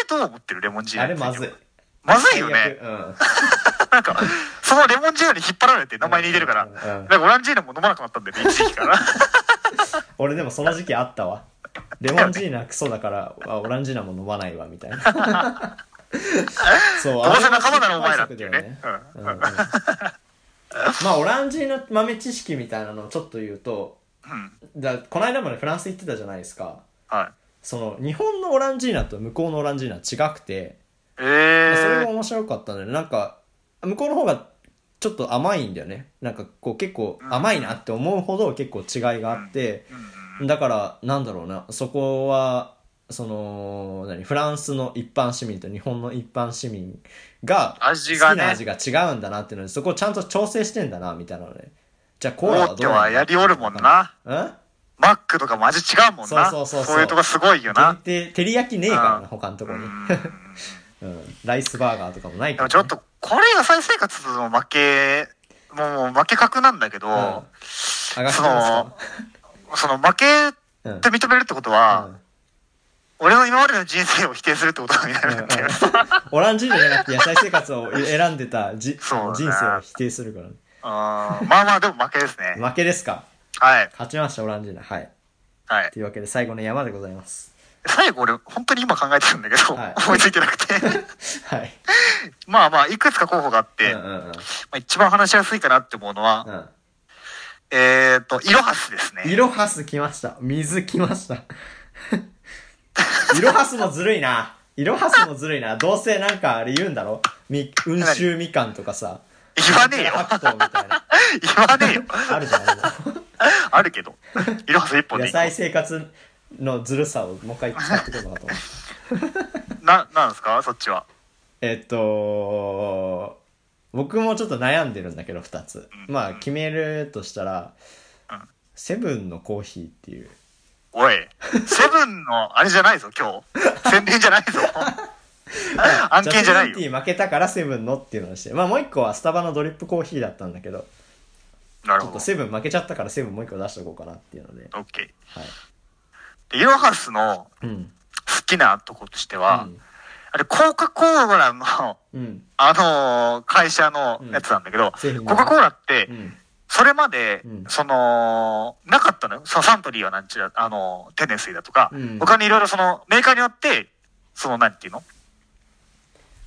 [SPEAKER 3] どう思ってるレモンジーナ
[SPEAKER 2] あ
[SPEAKER 3] に
[SPEAKER 2] れ
[SPEAKER 3] ついて
[SPEAKER 2] まずい。
[SPEAKER 3] まずいよ
[SPEAKER 2] 最
[SPEAKER 3] ね。
[SPEAKER 2] 悪。
[SPEAKER 3] なんか、そのレモンジーナに引っ張られて名前に似てるから。
[SPEAKER 2] うんうん
[SPEAKER 3] なんかオランジーナも飲まなくなったんだよね、一時
[SPEAKER 2] (laughs)
[SPEAKER 3] 期から。
[SPEAKER 2] うん。俺でもその時期あったわ。レモンジーナクソだから、あオランジーナも飲まないわ、みたいな。
[SPEAKER 3] (laughs)
[SPEAKER 2] そう、
[SPEAKER 3] どうせ
[SPEAKER 2] あれは
[SPEAKER 3] 仲間ならお前らって
[SPEAKER 2] 失敗作だ
[SPEAKER 3] い
[SPEAKER 2] よね。。う
[SPEAKER 3] うねうん
[SPEAKER 2] んうんまあ、オランジーナ豆知識みたいなのをちょっと言うと、
[SPEAKER 3] うん。
[SPEAKER 2] だこの間までフランス行ってたじゃないですか。
[SPEAKER 3] はい。
[SPEAKER 2] その日本のオランジーナと向こうのオランジーナは違くて、
[SPEAKER 3] え
[SPEAKER 2] それ
[SPEAKER 3] ー
[SPEAKER 2] も。面白かったんだよねなんか向こうの方がちょっと甘いんだよねなんかこう結構甘いなって思うほど結構違いがあって、だからなんだろうなそこはその何フランスの一般市民と日本の一般市民が
[SPEAKER 3] 味がね
[SPEAKER 2] 好きな味が違うんだなっていうのでそこをちゃんと調整してんだなみたいなのねじゃあコーラは
[SPEAKER 3] 大
[SPEAKER 2] ど
[SPEAKER 3] 手
[SPEAKER 2] うなんだ
[SPEAKER 3] はやりおるもんな。
[SPEAKER 2] うん
[SPEAKER 3] マックとかも味違うもんな。
[SPEAKER 2] そうそうそうそう
[SPEAKER 3] いうとこすごいよな。
[SPEAKER 2] 限定照り焼きねえから
[SPEAKER 3] うん
[SPEAKER 2] な他のところに (laughs)
[SPEAKER 3] うん
[SPEAKER 2] うん、ライスバーガーとかもない
[SPEAKER 3] で
[SPEAKER 2] から、
[SPEAKER 3] も
[SPEAKER 2] ね、
[SPEAKER 3] ちょっと、これ野菜生活の負け、もう負け格なんだけど、
[SPEAKER 2] 上がってま
[SPEAKER 3] その負けって
[SPEAKER 2] すか
[SPEAKER 3] 認めるってこと
[SPEAKER 2] う
[SPEAKER 3] は、
[SPEAKER 2] ん
[SPEAKER 3] 俺の今までの人生を否定するってことになる (laughs) っていう。
[SPEAKER 2] オランジーナじゃなくて野菜生活を選んでたじ
[SPEAKER 3] そうだな
[SPEAKER 2] 人生を否定するからね、
[SPEAKER 3] あーまあまあ、でも負けですね。
[SPEAKER 2] 負けですか
[SPEAKER 3] はい。
[SPEAKER 2] 勝ちましたオランジーナはい
[SPEAKER 3] はい。
[SPEAKER 2] というわけで最後の山でございます
[SPEAKER 3] 最後俺、本当に今考えてるんだけど、
[SPEAKER 2] はい
[SPEAKER 3] 思いついてなく
[SPEAKER 2] (laughs)
[SPEAKER 3] て。
[SPEAKER 2] はい
[SPEAKER 3] まあまあ、いくつか候補があっ
[SPEAKER 2] うん
[SPEAKER 3] て、
[SPEAKER 2] うん
[SPEAKER 3] ま
[SPEAKER 2] うん
[SPEAKER 3] あ、一番話しやすいかなって思うのは、
[SPEAKER 2] うん
[SPEAKER 3] えっ、と、イロハスですね。
[SPEAKER 2] イロハス来ました水来ま
[SPEAKER 3] (laughs)
[SPEAKER 2] したイロハスもずるいなイロハスもずるいなどうせなんかあれ言うんだろみ温州みかんとかさ
[SPEAKER 3] 言わねえよ。
[SPEAKER 2] 白桃みたいな
[SPEAKER 3] 言わねえよ。
[SPEAKER 2] あるじゃんあれも
[SPEAKER 3] あるけど。イロハス一本
[SPEAKER 2] 野
[SPEAKER 3] でいい。
[SPEAKER 2] 菜生活のずるさをもう一回使っていこうかな
[SPEAKER 3] (laughs)
[SPEAKER 2] と思って
[SPEAKER 3] な、なんですかそっちは。
[SPEAKER 2] えっと僕もちょっと悩んでるんだけど2つまあ決めるとしたら
[SPEAKER 3] うん
[SPEAKER 2] セブンのコーヒーっていう
[SPEAKER 3] おい、セブンの、あれじゃないぞ、今日。宣伝じゃない
[SPEAKER 2] (laughs)
[SPEAKER 3] ぞ。案件じゃない
[SPEAKER 2] ジャスミンテ
[SPEAKER 3] よ。
[SPEAKER 2] ィー負けたからセブンのっていうのにしてまあもう1個はスタバのドリップコーヒーだったんだけど
[SPEAKER 3] なる
[SPEAKER 2] ちょっ
[SPEAKER 3] ほ
[SPEAKER 2] と
[SPEAKER 3] ど。
[SPEAKER 2] セブン負けちゃったからセブンもう1個出しておこうかなっていうので
[SPEAKER 3] オッケー。
[SPEAKER 2] はい
[SPEAKER 3] でイロハスの
[SPEAKER 2] うん
[SPEAKER 3] 好きなとことしては、
[SPEAKER 2] うん
[SPEAKER 3] あれ、コカ・コーラの、 (laughs)
[SPEAKER 2] うん
[SPEAKER 3] あのー会社のやつなんだけど、
[SPEAKER 2] 製品
[SPEAKER 3] コ
[SPEAKER 2] が
[SPEAKER 3] カ・コーラって
[SPEAKER 2] う、ん
[SPEAKER 3] それまで、
[SPEAKER 2] うん
[SPEAKER 3] その、なかったのよ。そのサントリーはなんちゅう、あの、天然水だとか、
[SPEAKER 2] うん
[SPEAKER 3] 他にいろいろその、メーカーによって、その、なんていうの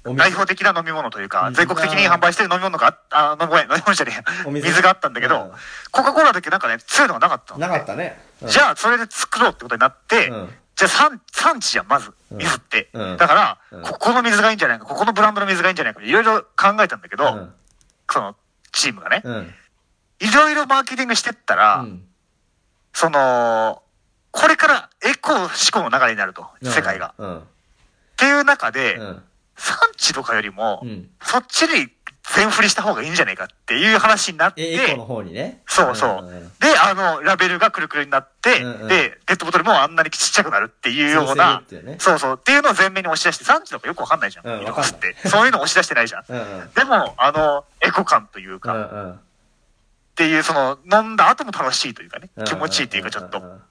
[SPEAKER 2] お
[SPEAKER 3] 代
[SPEAKER 2] 水
[SPEAKER 3] 表的な飲み物というか
[SPEAKER 2] う、ん
[SPEAKER 3] 全国的に販売してる飲み物があ、あ、飲み物、飲み物じゃねえ
[SPEAKER 2] お
[SPEAKER 3] や
[SPEAKER 2] 水
[SPEAKER 3] 水があったんだけ
[SPEAKER 2] う
[SPEAKER 3] ど
[SPEAKER 2] ん、
[SPEAKER 3] コカ・コーラだけなんかね、強いのがなかったの。
[SPEAKER 2] なかったねうん
[SPEAKER 3] じゃあ、それで作ろうってことになって、
[SPEAKER 2] うん
[SPEAKER 3] じゃあ産、産地じゃん、まず、
[SPEAKER 2] うん
[SPEAKER 3] 水って。
[SPEAKER 2] うん
[SPEAKER 3] だから、
[SPEAKER 2] うん
[SPEAKER 3] ここの水がいいんじゃないか、ここのブランドの水がいいんじゃないか、いろいろ考えたんだけど、
[SPEAKER 2] うん
[SPEAKER 3] その、チームがね、
[SPEAKER 2] うん
[SPEAKER 3] いろいろマーケティングしてったら、
[SPEAKER 2] うん
[SPEAKER 3] その、これからエコ思考の流れになると、世界が。
[SPEAKER 2] うん
[SPEAKER 3] っていう中で、
[SPEAKER 2] うん
[SPEAKER 3] 産地とかよりも、
[SPEAKER 2] うん
[SPEAKER 3] そっちに全振りした方がいいんじゃないかっていう話になっ
[SPEAKER 2] え
[SPEAKER 3] て、
[SPEAKER 2] エコの方にね
[SPEAKER 3] そうそう。
[SPEAKER 2] んんん
[SPEAKER 3] で、あの、ラベルがくるくるになって、
[SPEAKER 2] うんうん
[SPEAKER 3] で、ペットボトルもあんなにちっちゃくなるっていうよう
[SPEAKER 2] 潰、せる
[SPEAKER 3] な
[SPEAKER 2] っていうね
[SPEAKER 3] そうそう、っていうのを前面に押し出して、産地とかよくわかんないじゃん。
[SPEAKER 2] うん
[SPEAKER 3] 色
[SPEAKER 2] わかんない
[SPEAKER 3] 々って。そういうのを押し出してないじゃん。
[SPEAKER 2] うんうん
[SPEAKER 3] でも、あの、エコ感という
[SPEAKER 2] う
[SPEAKER 3] か、っ
[SPEAKER 2] んうん
[SPEAKER 3] ていう、その、飲んだ後も楽しいというかね
[SPEAKER 2] うん、
[SPEAKER 3] 気持ちいいというか、ちょっと
[SPEAKER 2] ん、ん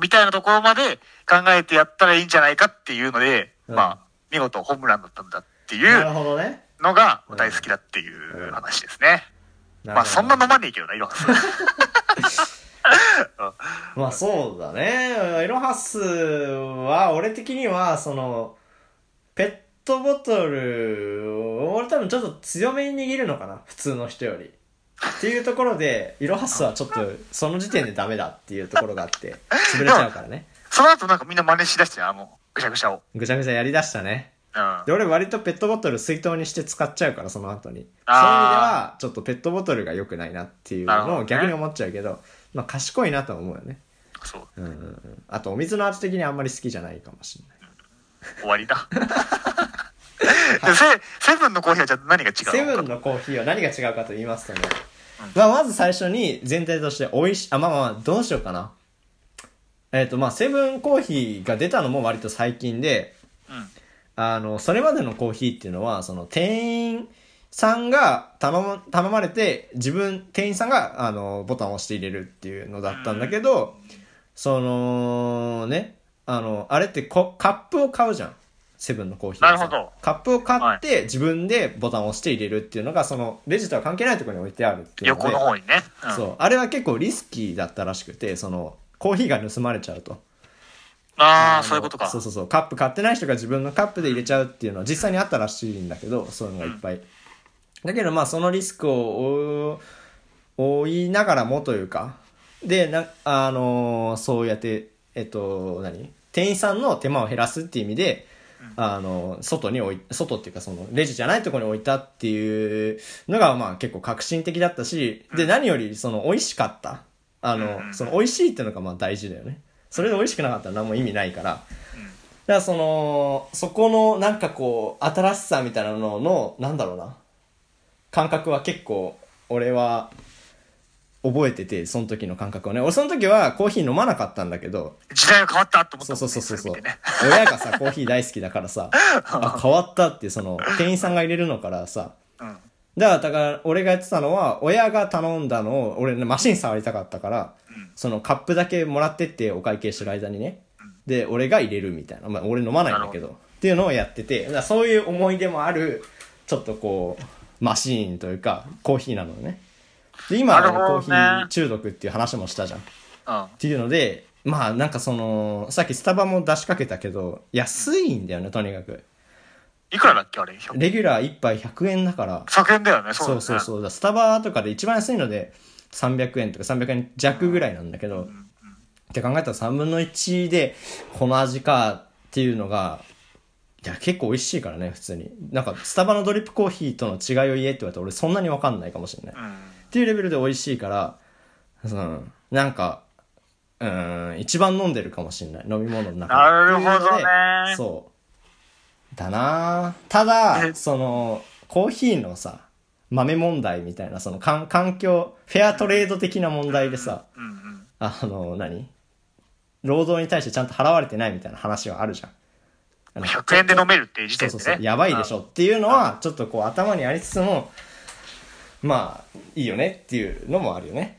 [SPEAKER 3] みたいなところまで考えてやったらいいんじゃないかっていうので、
[SPEAKER 2] うん
[SPEAKER 3] まあ、見事ホームランだったんだってい
[SPEAKER 2] なる
[SPEAKER 3] う
[SPEAKER 2] ほどね
[SPEAKER 3] のが、大好きだっていう話ですね。まあ、そんな飲まねえけどな、色が。
[SPEAKER 2] まあそうだね。イロハスは、俺的には、その、ペットボトルを、俺多分ちょっと強めに握るのかな。普通の人より。っていうところで、イロハスはちょっと、その時点でダメだっていうところがあって、潰れちゃうからね。
[SPEAKER 3] その後なんかみんな真似しだして、あの、ぐしゃぐしゃを。
[SPEAKER 2] ぐちゃぐちゃやりだしたね。
[SPEAKER 3] うん
[SPEAKER 2] で、俺割とペットボトル水筒にして使っちゃうから、その後に。そういう意味で
[SPEAKER 3] あ
[SPEAKER 2] は、ちょっとペットボトルが良くないなっていう
[SPEAKER 3] なるほ
[SPEAKER 2] のを
[SPEAKER 3] どね
[SPEAKER 2] 逆に思っちゃうけど、まあ賢いなとは思うよね。
[SPEAKER 3] そう。
[SPEAKER 2] うんうんうん。あと、お水の味的にあんまり好きじゃないかもしれない。
[SPEAKER 3] 終わりだ。 (laughs) でセセブンのコーヒーはじゃあ何が違うの
[SPEAKER 2] セブンのコーヒーは何が違うかと言いますとね、まあ、まず最初に全体として美味しい、あ、まあまあ、どうしようかな。えっ、と、まあ、セブンコーヒーが出たのも割と最近で、
[SPEAKER 3] うん
[SPEAKER 2] あの、それまでのコーヒーっていうのは、その店員さんが頼む頼まれて、自分、店員さんが、あの、ボタンを押して入れるっていうのだったんだけど、そのね、あの、あれってこカップを買うじゃん。セブンのコーヒーはさ
[SPEAKER 3] なるほど
[SPEAKER 2] カップを買って、自分でボタンを押して入れるっていうのが、その、レジとは関係ないところに置いてあるっていうので。
[SPEAKER 3] 横の方にね。うん
[SPEAKER 2] そう。あれは結構リスキーだったらしくて、その、コーヒーが盗まれちゃうと。の
[SPEAKER 3] ああ、そういうことか。
[SPEAKER 2] そうそうそう。カップ買ってない人が自分のカップで入れちゃうっていうのは実際にあったらしいんだけど、そういうのがいっぱい。だけどまあそのリスクを負う負いながらもというか、で、な、あのーそうやって、えっと、何店員さんの手間を減らすっていう意味で、あのー、外に置い、外っていうかその、レジじゃないところに置いたっていうのがまあ結構革新的だったし、で、何よりその、美味しかった。あの、その、美味しいっていうのがまあ大事だよね。それで美味しくなかったら何も意味ないから、だからそのそこのなんかこう新しさみたいなののなんだろうな感覚は結構俺は覚えててその時の感覚をね俺その時はコーヒー飲まなかったんだけど
[SPEAKER 3] 時代が変わったと思った
[SPEAKER 2] そう
[SPEAKER 3] も
[SPEAKER 2] そ
[SPEAKER 3] ん
[SPEAKER 2] う
[SPEAKER 3] ね
[SPEAKER 2] そうそうそう
[SPEAKER 3] れ見てね
[SPEAKER 2] 親がさコーヒー大好きだから
[SPEAKER 3] (laughs)
[SPEAKER 2] さあ変わったってその店員さんが入れるのからさ
[SPEAKER 3] うん
[SPEAKER 2] だから、だから俺がやってたのは、親が頼んだのを、俺ね、マシン触りたかったから、そのカップだけもらってって、お会計してる間にね。で、俺が入れるみたいな。まあ、俺飲まないんだけど。っていうのをやってて、だからそういう思い出もある、ちょっとこう、マシーンというか、コーヒーなのね。で、今、
[SPEAKER 3] なるほどね
[SPEAKER 2] コーヒー中毒っていう話もしたじゃん。
[SPEAKER 3] うん
[SPEAKER 2] っていうので、まあなんかその、さっきスタバも出しかけたけど、安いんだよね、とにかく。
[SPEAKER 3] いくらだっけあれ100
[SPEAKER 2] レギュラー1杯100円だから、
[SPEAKER 3] 100円だよね、そうだ
[SPEAKER 2] そ
[SPEAKER 3] よ
[SPEAKER 2] う
[SPEAKER 3] ね
[SPEAKER 2] そうそう。だからスタバとかで一番安いので300円とか300円弱ぐらいなんだけど、って考えたら3分の1でこの味かっていうのが、いや、結構美味しいからね、普通に。なんか、スタバのドリップコーヒーとの違いを言えって言われたら俺そんなにわかんないかもしれない。
[SPEAKER 3] うん
[SPEAKER 2] っていうレベルで美味しいから、うん、なんか、うん、一番飲んでるかもしれない。飲み物の中で
[SPEAKER 3] なるほどね
[SPEAKER 2] っていうのでそう。だなあただ、
[SPEAKER 3] え
[SPEAKER 2] その、コーヒーのさ、豆問題みたいな、その、かん環境、フェアトレード的な問題でさ、
[SPEAKER 3] うんうん
[SPEAKER 2] あの、何労働に対してちゃんと払われてないみたいな話はあるじゃん。
[SPEAKER 3] 100円で飲めるっていう時
[SPEAKER 2] そう
[SPEAKER 3] 点
[SPEAKER 2] そ
[SPEAKER 3] で
[SPEAKER 2] うそう
[SPEAKER 3] ね。
[SPEAKER 2] やばいでしょっていうのはちょっとこう頭にありつつもまあいいよねっていうのもあるよね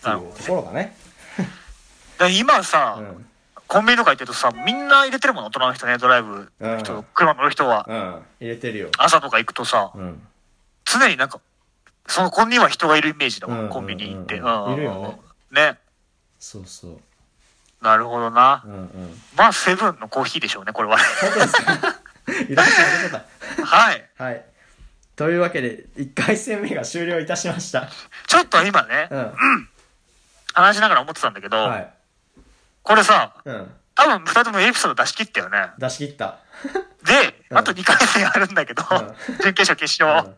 [SPEAKER 2] ってい
[SPEAKER 3] なるほ
[SPEAKER 2] うところがね
[SPEAKER 3] だから今さ、
[SPEAKER 2] うん
[SPEAKER 3] コンビニとか行ってるとさ、みんな入れてるもん、大人の人ね、ドライブの人、
[SPEAKER 2] うん
[SPEAKER 3] 車乗る人は、
[SPEAKER 2] うん入れてるよ
[SPEAKER 3] 朝とか行くとさ、
[SPEAKER 2] うん
[SPEAKER 3] 常になんか、そのコンビニは人がいるイメージだもん、
[SPEAKER 2] うん
[SPEAKER 3] コンビニ行って。
[SPEAKER 2] うんうんうん
[SPEAKER 3] うん
[SPEAKER 2] いるよ
[SPEAKER 3] ね。
[SPEAKER 2] そうそう
[SPEAKER 3] なるほどな
[SPEAKER 2] う。んうん本
[SPEAKER 3] まあ、セブンのコーヒーでしょうね、これ
[SPEAKER 2] (laughs)
[SPEAKER 3] は。
[SPEAKER 2] 当ですかいらっしゃいませ
[SPEAKER 3] はい。
[SPEAKER 2] たはいというわけで1回戦目が終了いたしました
[SPEAKER 3] ちょっと今ね
[SPEAKER 2] う、ん
[SPEAKER 3] 話しながら思ってたんだけど、
[SPEAKER 2] はい
[SPEAKER 3] これさ、
[SPEAKER 2] うん
[SPEAKER 3] 多分2人ともエピソード出し切ったよね。
[SPEAKER 2] 出し切った
[SPEAKER 3] で、
[SPEAKER 2] うん
[SPEAKER 3] あと2回戦あるんだけど、
[SPEAKER 2] う
[SPEAKER 3] 準決勝、決勝、
[SPEAKER 2] うん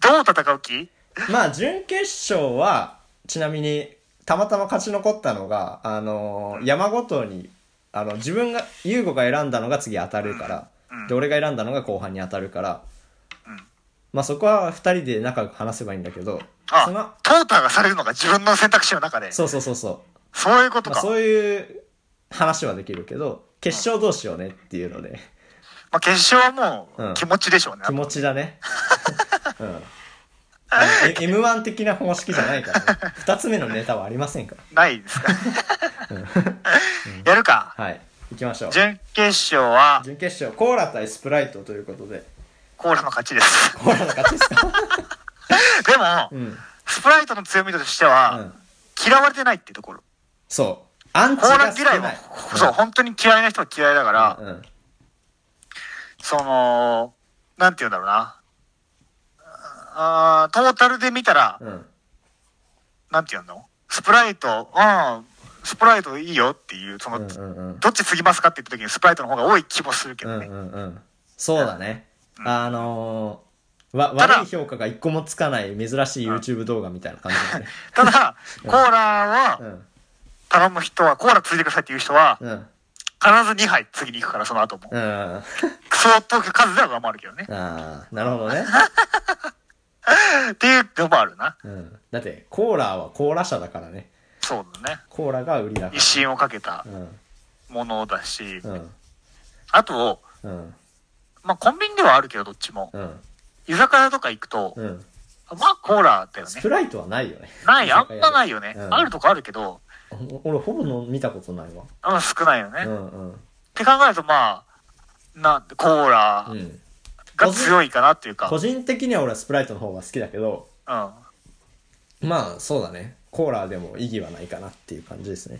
[SPEAKER 3] どう戦う気
[SPEAKER 2] まあ、準決勝は、ちなみに、たまたま勝ち残ったのが、あのー山ごとに、あの、自分が、優吾が選んだのが次当たるから、で、俺が選んだのが後半に当たるから、まあそこは二人で仲良く話せばいいんだけど、その
[SPEAKER 3] あ、、トーターがされるのが自分の選択肢の中で。そ
[SPEAKER 2] そうそうそうそう
[SPEAKER 3] いうこ
[SPEAKER 2] う、
[SPEAKER 3] と
[SPEAKER 2] まあ
[SPEAKER 3] か。まあ、
[SPEAKER 2] そういう話はできるけど、決勝どうしようねっていうので、
[SPEAKER 3] 決勝はも
[SPEAKER 2] うん
[SPEAKER 3] う気持ちでしょうね。
[SPEAKER 2] 気持ちだ
[SPEAKER 3] (laughs)
[SPEAKER 2] ね。うん。あの M1 的な方式じゃないから、ね、二つ目のネタはありませんから。
[SPEAKER 3] ないですか。 (laughs) やるか。
[SPEAKER 2] はい。行きましょう。
[SPEAKER 3] 準決勝は
[SPEAKER 2] 準決勝コーラ対スプライトということで
[SPEAKER 3] コーラの勝ちです。
[SPEAKER 2] コーラの勝ちです
[SPEAKER 3] (laughs)
[SPEAKER 2] か
[SPEAKER 3] でも、
[SPEAKER 2] うん、
[SPEAKER 3] スプライトの強みとして
[SPEAKER 2] う
[SPEAKER 3] は
[SPEAKER 2] ん、
[SPEAKER 3] 嫌われてないっていうところ。
[SPEAKER 2] そうアンチ
[SPEAKER 3] コーラ
[SPEAKER 2] が少
[SPEAKER 3] 嫌い
[SPEAKER 2] な、
[SPEAKER 3] はいそう、本当に嫌いな人は嫌いだから、
[SPEAKER 2] うん、うん
[SPEAKER 3] その、なんて言うんだろうな。あートータルで見たら、
[SPEAKER 2] うん
[SPEAKER 3] なんて言うのスプライト、うん、スプライトいいよっていう、その、
[SPEAKER 2] うんうんうん
[SPEAKER 3] どっち継ぎますかって言った時にスプライトの方が多い気もするけ
[SPEAKER 2] う
[SPEAKER 3] ど
[SPEAKER 2] ん
[SPEAKER 3] ね。
[SPEAKER 2] うんうんそうだね。あのー、わ、
[SPEAKER 3] ただ
[SPEAKER 2] 悪い評価が一個もつかない珍しい YouTube 動画みたいな感じだね。
[SPEAKER 3] ただ、コーラ
[SPEAKER 2] う
[SPEAKER 3] は、
[SPEAKER 2] ん。
[SPEAKER 3] 頼む人は、コーラついてくださいっていう人は、
[SPEAKER 2] うん。
[SPEAKER 3] 必ず2杯次に行くから、その後も。
[SPEAKER 2] うん。あ
[SPEAKER 3] 相当数では上回るけどね。
[SPEAKER 2] あー、なるほどね。
[SPEAKER 3] っていうのもあるな。
[SPEAKER 2] うん。だって、コーラはコーラ社だからね。
[SPEAKER 3] そうだね。
[SPEAKER 2] コーラが売りだか
[SPEAKER 3] 一心をかけた
[SPEAKER 2] ら。うん。
[SPEAKER 3] ものだし
[SPEAKER 2] う、ん。
[SPEAKER 3] あと、
[SPEAKER 2] うん。
[SPEAKER 3] まあ、コンビニではあるけど、どっちも。
[SPEAKER 2] うん。
[SPEAKER 3] 居酒屋とか行くと、
[SPEAKER 2] うん。
[SPEAKER 3] まあ、コーラだよ
[SPEAKER 2] ス
[SPEAKER 3] ね
[SPEAKER 2] プ。ライトはないよね。
[SPEAKER 3] ない、あんまないよね。
[SPEAKER 2] うん
[SPEAKER 3] あるとこあるけど、
[SPEAKER 2] お俺ほぼの見たことないわ。
[SPEAKER 3] あんま少ないよね。
[SPEAKER 2] う
[SPEAKER 3] っ
[SPEAKER 2] んうん。
[SPEAKER 3] て考えると、まあ、なんコーラ
[SPEAKER 2] うん。
[SPEAKER 3] が強いかなっていうか、う
[SPEAKER 2] 個
[SPEAKER 3] ん。
[SPEAKER 2] 人的には俺はスプライトの方が好きだけど、まあそうだね。コーラでも意義はないかなっていう感じですね。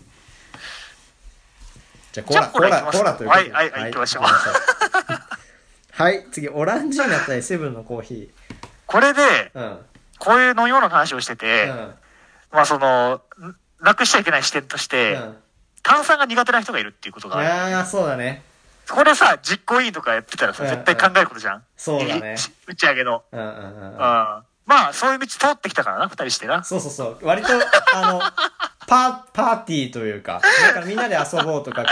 [SPEAKER 2] じゃあコー
[SPEAKER 3] じ
[SPEAKER 2] ラ、
[SPEAKER 3] ゃ
[SPEAKER 2] コ
[SPEAKER 3] あコ
[SPEAKER 2] ーラ、コー
[SPEAKER 3] ーラ
[SPEAKER 2] ラということで
[SPEAKER 3] はいはいはい行きましょう
[SPEAKER 2] 行きましょう (laughs) はい、次、オランジーナ対セブンのコーヒ
[SPEAKER 3] これで、
[SPEAKER 2] ー。うん。
[SPEAKER 3] こういう飲み物の話をしてて、まあ、その、んなくしちゃいけない視点として、
[SPEAKER 2] うん。うん。
[SPEAKER 3] 炭酸が苦手な人がいるっていうことがある。
[SPEAKER 2] ああ、そうだね。
[SPEAKER 3] これさ、実行委員とかやってたらさ、
[SPEAKER 2] うん
[SPEAKER 3] 絶対考えることじゃん。
[SPEAKER 2] そうだね。
[SPEAKER 3] 打ち上げの。
[SPEAKER 2] うんうんうん
[SPEAKER 3] うん。
[SPEAKER 2] うん。
[SPEAKER 3] まあ、そういう道通ってきたからな、二人してな。
[SPEAKER 2] そうそうそう。割と、あの、パー、パーティーというか、なんかみんなで遊ぼうとか、こ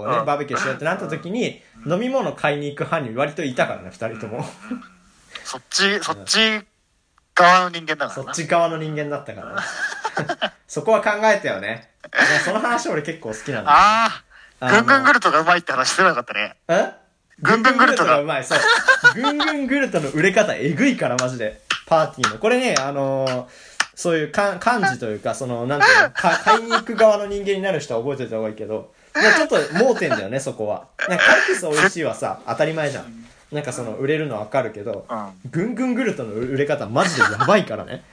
[SPEAKER 2] うね
[SPEAKER 3] う、ん
[SPEAKER 2] バーベキューしようってなった時に、飲み物買いに行く班に割といたからね、二人とも。
[SPEAKER 3] そっち、そっち側の人間だか
[SPEAKER 2] そ
[SPEAKER 3] らな
[SPEAKER 2] っ。ち側の人間だったから
[SPEAKER 3] (laughs)
[SPEAKER 2] ね。そこは考えたよね。いやその話俺結構好きなんだ。
[SPEAKER 3] ああ、ぐんぐんグルトがうまいって話してなかったね。
[SPEAKER 2] え
[SPEAKER 3] ぐんぐんぐると
[SPEAKER 2] が
[SPEAKER 3] が
[SPEAKER 2] うまい。そう。ぐんぐんぐるとの売れ方えぐいからマジで。パーティーの。これね、あのーそういうかん漢字というか、その、なんていうの、か買いに行く側の人間になる人は覚えておいた方がいいけど、まあちょっと盲点だよね、そこは。なんか、カルピス美味しいはさ、当たり前じゃん。なんかその、売れるのわかるけど、
[SPEAKER 3] う
[SPEAKER 2] ぐんぐんぐるとの売れ方マジでやばいからね。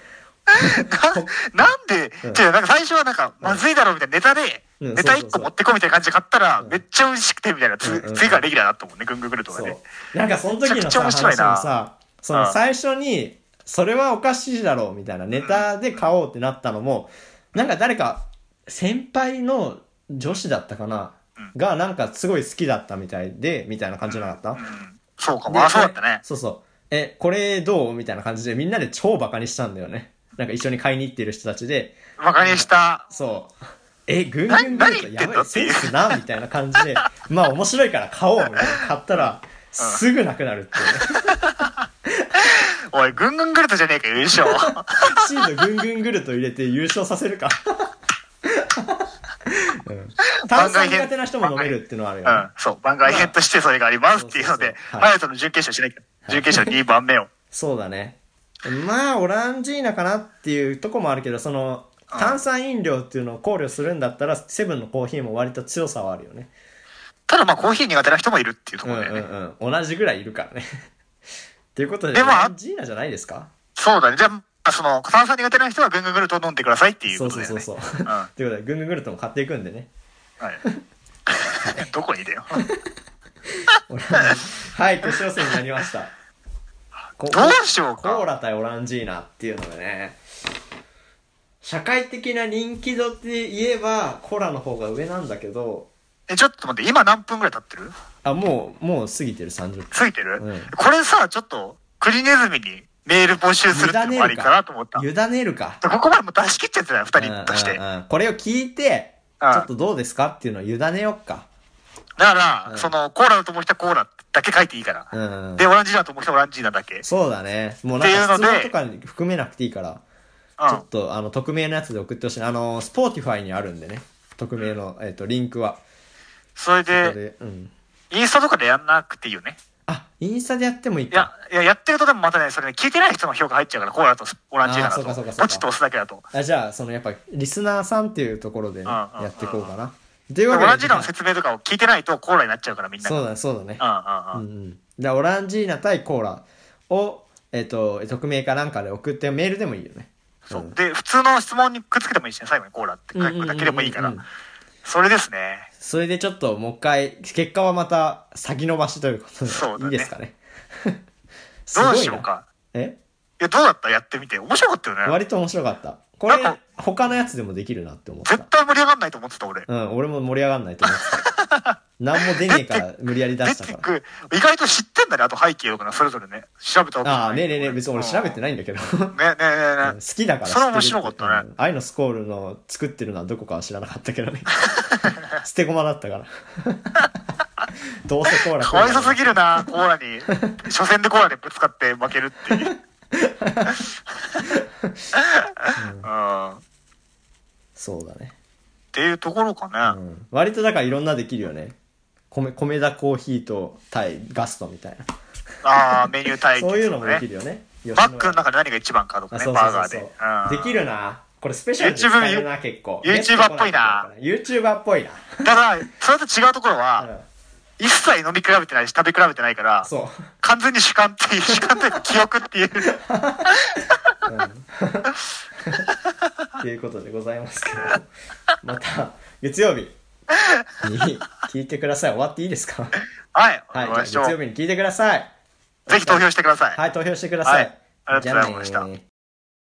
[SPEAKER 3] ななんで、
[SPEAKER 2] ん
[SPEAKER 3] じゃなんか最初はなんか、まずいだろうみたいなネタで、
[SPEAKER 2] うん
[SPEAKER 3] ネ
[SPEAKER 2] そう
[SPEAKER 3] タ
[SPEAKER 2] そうそう
[SPEAKER 3] 1個持ってこいみたいな感じで買ったら、めっちゃ美味しくてみたいな、つ
[SPEAKER 2] うんうん
[SPEAKER 3] 次からレギュラーだったもんね、ぐんぐんグルトが
[SPEAKER 2] そ
[SPEAKER 3] ね。
[SPEAKER 2] う。なんかその時のさ、
[SPEAKER 3] め
[SPEAKER 2] 話
[SPEAKER 3] ちゃ
[SPEAKER 2] も
[SPEAKER 3] くちゃ面白いな
[SPEAKER 2] さ、その最初に、それはおかしいだろうみたいなネタで買おうってなったのも、なんか誰か、先輩の女子だったかな、がなんかすごい好きだったみたいで、みたいな感じじゃなかった、
[SPEAKER 3] うんそうかも、
[SPEAKER 2] で
[SPEAKER 3] ああ、そうだったね。
[SPEAKER 2] そうそう。え、これどうみたいな感じでみんなで超バカにしたんだよね。なんか一緒に買いに行ってる人たちで、
[SPEAKER 3] 馬鹿にした。
[SPEAKER 2] そう。え、ぐんぐんぐるとや
[SPEAKER 3] 何何言ってん
[SPEAKER 2] ば
[SPEAKER 3] の
[SPEAKER 2] い、センスな、みたいな感じで、まあ面白いから買おう、みたいな。買ったら、すぐなくなるっていうね。
[SPEAKER 3] おい、ぐんぐんグルトじゃねえか、優勝。
[SPEAKER 2] シードぐんぐんぐると入れて優勝させるか。うん炭酸苦手な人も飲めるっていうのはある
[SPEAKER 3] う
[SPEAKER 2] よね
[SPEAKER 3] ん。、そう、番外編としてそれがありますっていうので、
[SPEAKER 2] まあそうそうそうはい
[SPEAKER 3] ハヤトの準決勝しなきゃ、準決勝2番目を。
[SPEAKER 2] そうだね。まあ、オランジーナかなっていうとこもあるけど、その、炭酸飲料っていうのを考慮するんだったら、セブンのコーヒーも割と強さはあるよね。
[SPEAKER 3] ただまあ、コーヒー苦手な人もいるっていうと
[SPEAKER 2] う
[SPEAKER 3] こ
[SPEAKER 2] んう
[SPEAKER 3] ろだよね。
[SPEAKER 2] んうん。同じぐらいいるからね。 (laughs) ということで、
[SPEAKER 3] で
[SPEAKER 2] オ
[SPEAKER 3] もあ
[SPEAKER 2] ランジーナじゃないですか
[SPEAKER 3] そうだね。じゃあまあ、その、炭酸苦手な人はぐんぐんぐると飲んでくださいっていう
[SPEAKER 2] そ
[SPEAKER 3] こ
[SPEAKER 2] う
[SPEAKER 3] と
[SPEAKER 2] そう
[SPEAKER 3] だよ
[SPEAKER 2] そう
[SPEAKER 3] ね。
[SPEAKER 2] そう。
[SPEAKER 3] う
[SPEAKER 2] (laughs)
[SPEAKER 3] ん。は
[SPEAKER 2] ということで、ぐんぐんぐるとも買っていくんでね。 (laughs)
[SPEAKER 3] い。どこにだよ。
[SPEAKER 2] オランジーナはい、決勝戦になりました。こ
[SPEAKER 3] どうしよう
[SPEAKER 2] コー
[SPEAKER 3] か。
[SPEAKER 2] ラ対オランジーナっていうのでね社会的な人気度って言えばコーラの方が上なんだけど
[SPEAKER 3] え、ちょっと待って、今何分ぐらい経ってる
[SPEAKER 2] あもうもう過ぎてる30分
[SPEAKER 3] 過ぎてる、
[SPEAKER 2] うん
[SPEAKER 3] これさ、ちょっと、クリネズミにメール募集するってのもありかなと思った。
[SPEAKER 2] 委ねるか
[SPEAKER 3] ここまでもう出し切っちゃってたよ、二
[SPEAKER 2] うんうん
[SPEAKER 3] 人として。だ
[SPEAKER 2] うんこれを聞いてち
[SPEAKER 3] うん
[SPEAKER 2] ょっとどうですかっていうのを委ねよっか
[SPEAKER 3] から、
[SPEAKER 2] うん
[SPEAKER 3] その、コーラだと思う人はコーラだけ書いていいから。
[SPEAKER 2] うん
[SPEAKER 3] で、オランジーナだと思う人はオランジーナだけ。
[SPEAKER 2] そうだねもうなんか質
[SPEAKER 3] っていうの
[SPEAKER 2] 問
[SPEAKER 3] で
[SPEAKER 2] とかに含めなくていいから
[SPEAKER 3] う
[SPEAKER 2] ちょ
[SPEAKER 3] ん
[SPEAKER 2] っ。とあの匿名のやつで送ってほしいあのスポーティファイにあるんでね匿名の、えっとリンクは
[SPEAKER 3] それ
[SPEAKER 2] ここ
[SPEAKER 3] で、
[SPEAKER 2] で、うん、
[SPEAKER 3] インスタとかでやんなくていいよね。
[SPEAKER 2] あインスタでやってもいい
[SPEAKER 3] いや
[SPEAKER 2] か、
[SPEAKER 3] いや、やってるとでもまたね、それね、聞いてない人の評価入っちゃうから、コーラとオランジーナだ
[SPEAKER 2] あーそ
[SPEAKER 3] と。
[SPEAKER 2] うかそうかそうか
[SPEAKER 3] ポチッと押すだけだと。
[SPEAKER 2] あじゃあそのやっぱリスナーさんっていうところでね
[SPEAKER 3] うんうんうん
[SPEAKER 2] やっていこうかなという
[SPEAKER 3] オ
[SPEAKER 2] わけで
[SPEAKER 3] ランジーナの説明とかを聞いてないとコーラになっちゃうからみんなが。
[SPEAKER 2] そうだねそうだね
[SPEAKER 3] う
[SPEAKER 2] う
[SPEAKER 3] んうんうん。
[SPEAKER 2] んうんじゃあオランジーナ対コーラをえっと匿名かなんかで送ってメールでもいいよね
[SPEAKER 3] そううんで、普通の質問にくっつけてもいいしね、最後にコーラって書くだけでもいいか
[SPEAKER 2] うん
[SPEAKER 3] ら
[SPEAKER 2] うんうんうん。
[SPEAKER 3] それですね。
[SPEAKER 2] それでちょっともう一回結果はまた先延ばしということで
[SPEAKER 3] そうだ
[SPEAKER 2] いい
[SPEAKER 3] ね
[SPEAKER 2] ですか
[SPEAKER 3] (laughs)
[SPEAKER 2] ねすごい
[SPEAKER 3] ど
[SPEAKER 2] な
[SPEAKER 3] うしようか。
[SPEAKER 2] え
[SPEAKER 3] いや、どうだったやってみて。面白かったよね。
[SPEAKER 2] 割と面白かったこれ
[SPEAKER 3] なんか
[SPEAKER 2] 他のやつでもできるなって思っ
[SPEAKER 3] 絶
[SPEAKER 2] た
[SPEAKER 3] 対盛り上がんないと思ってた、俺。 (laughs)
[SPEAKER 2] うん俺も盛り上がんないと思ってた何も出ねえから無理やり出
[SPEAKER 3] 出
[SPEAKER 2] した
[SPEAKER 3] て
[SPEAKER 2] から
[SPEAKER 3] く、意外と知ってんだね、あと背景とかな、それぞれね。調べた方が
[SPEAKER 2] ああ、ねえねえねえ、別に俺調べて
[SPEAKER 3] い。
[SPEAKER 2] ないんだけど。
[SPEAKER 3] うんねねねね
[SPEAKER 2] 好きだから知ってる
[SPEAKER 3] それは面白かったね
[SPEAKER 2] うん愛のスコールの作ってるのはどこかは知らなかったけど
[SPEAKER 3] (laughs)
[SPEAKER 2] ね。捨て駒だったから。 (laughs) どうせコーラ
[SPEAKER 3] かわいそすぎるな、コーラ
[SPEAKER 2] (laughs)
[SPEAKER 3] に。初戦でコーラでぶつかって負けるっていう。うん、っ
[SPEAKER 2] そうだね、
[SPEAKER 3] ていうところか
[SPEAKER 2] う
[SPEAKER 3] な。
[SPEAKER 2] ん。割とだからいろんなできるよね。米、米田コーヒーと対ガストみたいな。
[SPEAKER 3] ああ、メニュー対決、ね。
[SPEAKER 2] そういうのもできるよね。
[SPEAKER 3] マックの中で何が一番かとか
[SPEAKER 2] あ
[SPEAKER 3] ね、
[SPEAKER 2] そうそう
[SPEAKER 3] バ
[SPEAKER 2] そう
[SPEAKER 3] ーガーで。うん
[SPEAKER 2] そう。できるな。これスペシャルで使えるな、結構。
[SPEAKER 3] YouTuber っぽいな。
[SPEAKER 2] YouTuber っぽいな。
[SPEAKER 3] ただ、それと違うところ
[SPEAKER 2] う
[SPEAKER 3] は、
[SPEAKER 2] ん
[SPEAKER 3] 一切飲み比べてないし、食べ比べてないから、
[SPEAKER 2] そう。
[SPEAKER 3] 完全に主観っていう、主観というか記憶って
[SPEAKER 2] (laughs)
[SPEAKER 3] いう。
[SPEAKER 2] ということでございますけど、また月曜日に聞いてください。終わっていいですか
[SPEAKER 3] はい、お
[SPEAKER 2] はい、
[SPEAKER 3] 願
[SPEAKER 2] じゃあ月
[SPEAKER 3] いしましょ
[SPEAKER 2] 曜
[SPEAKER 3] う。
[SPEAKER 2] 日に聞いてください。
[SPEAKER 3] ぜひ投票してください。
[SPEAKER 2] はい、投票してください。
[SPEAKER 3] はいありがとうございました
[SPEAKER 2] じゃあねー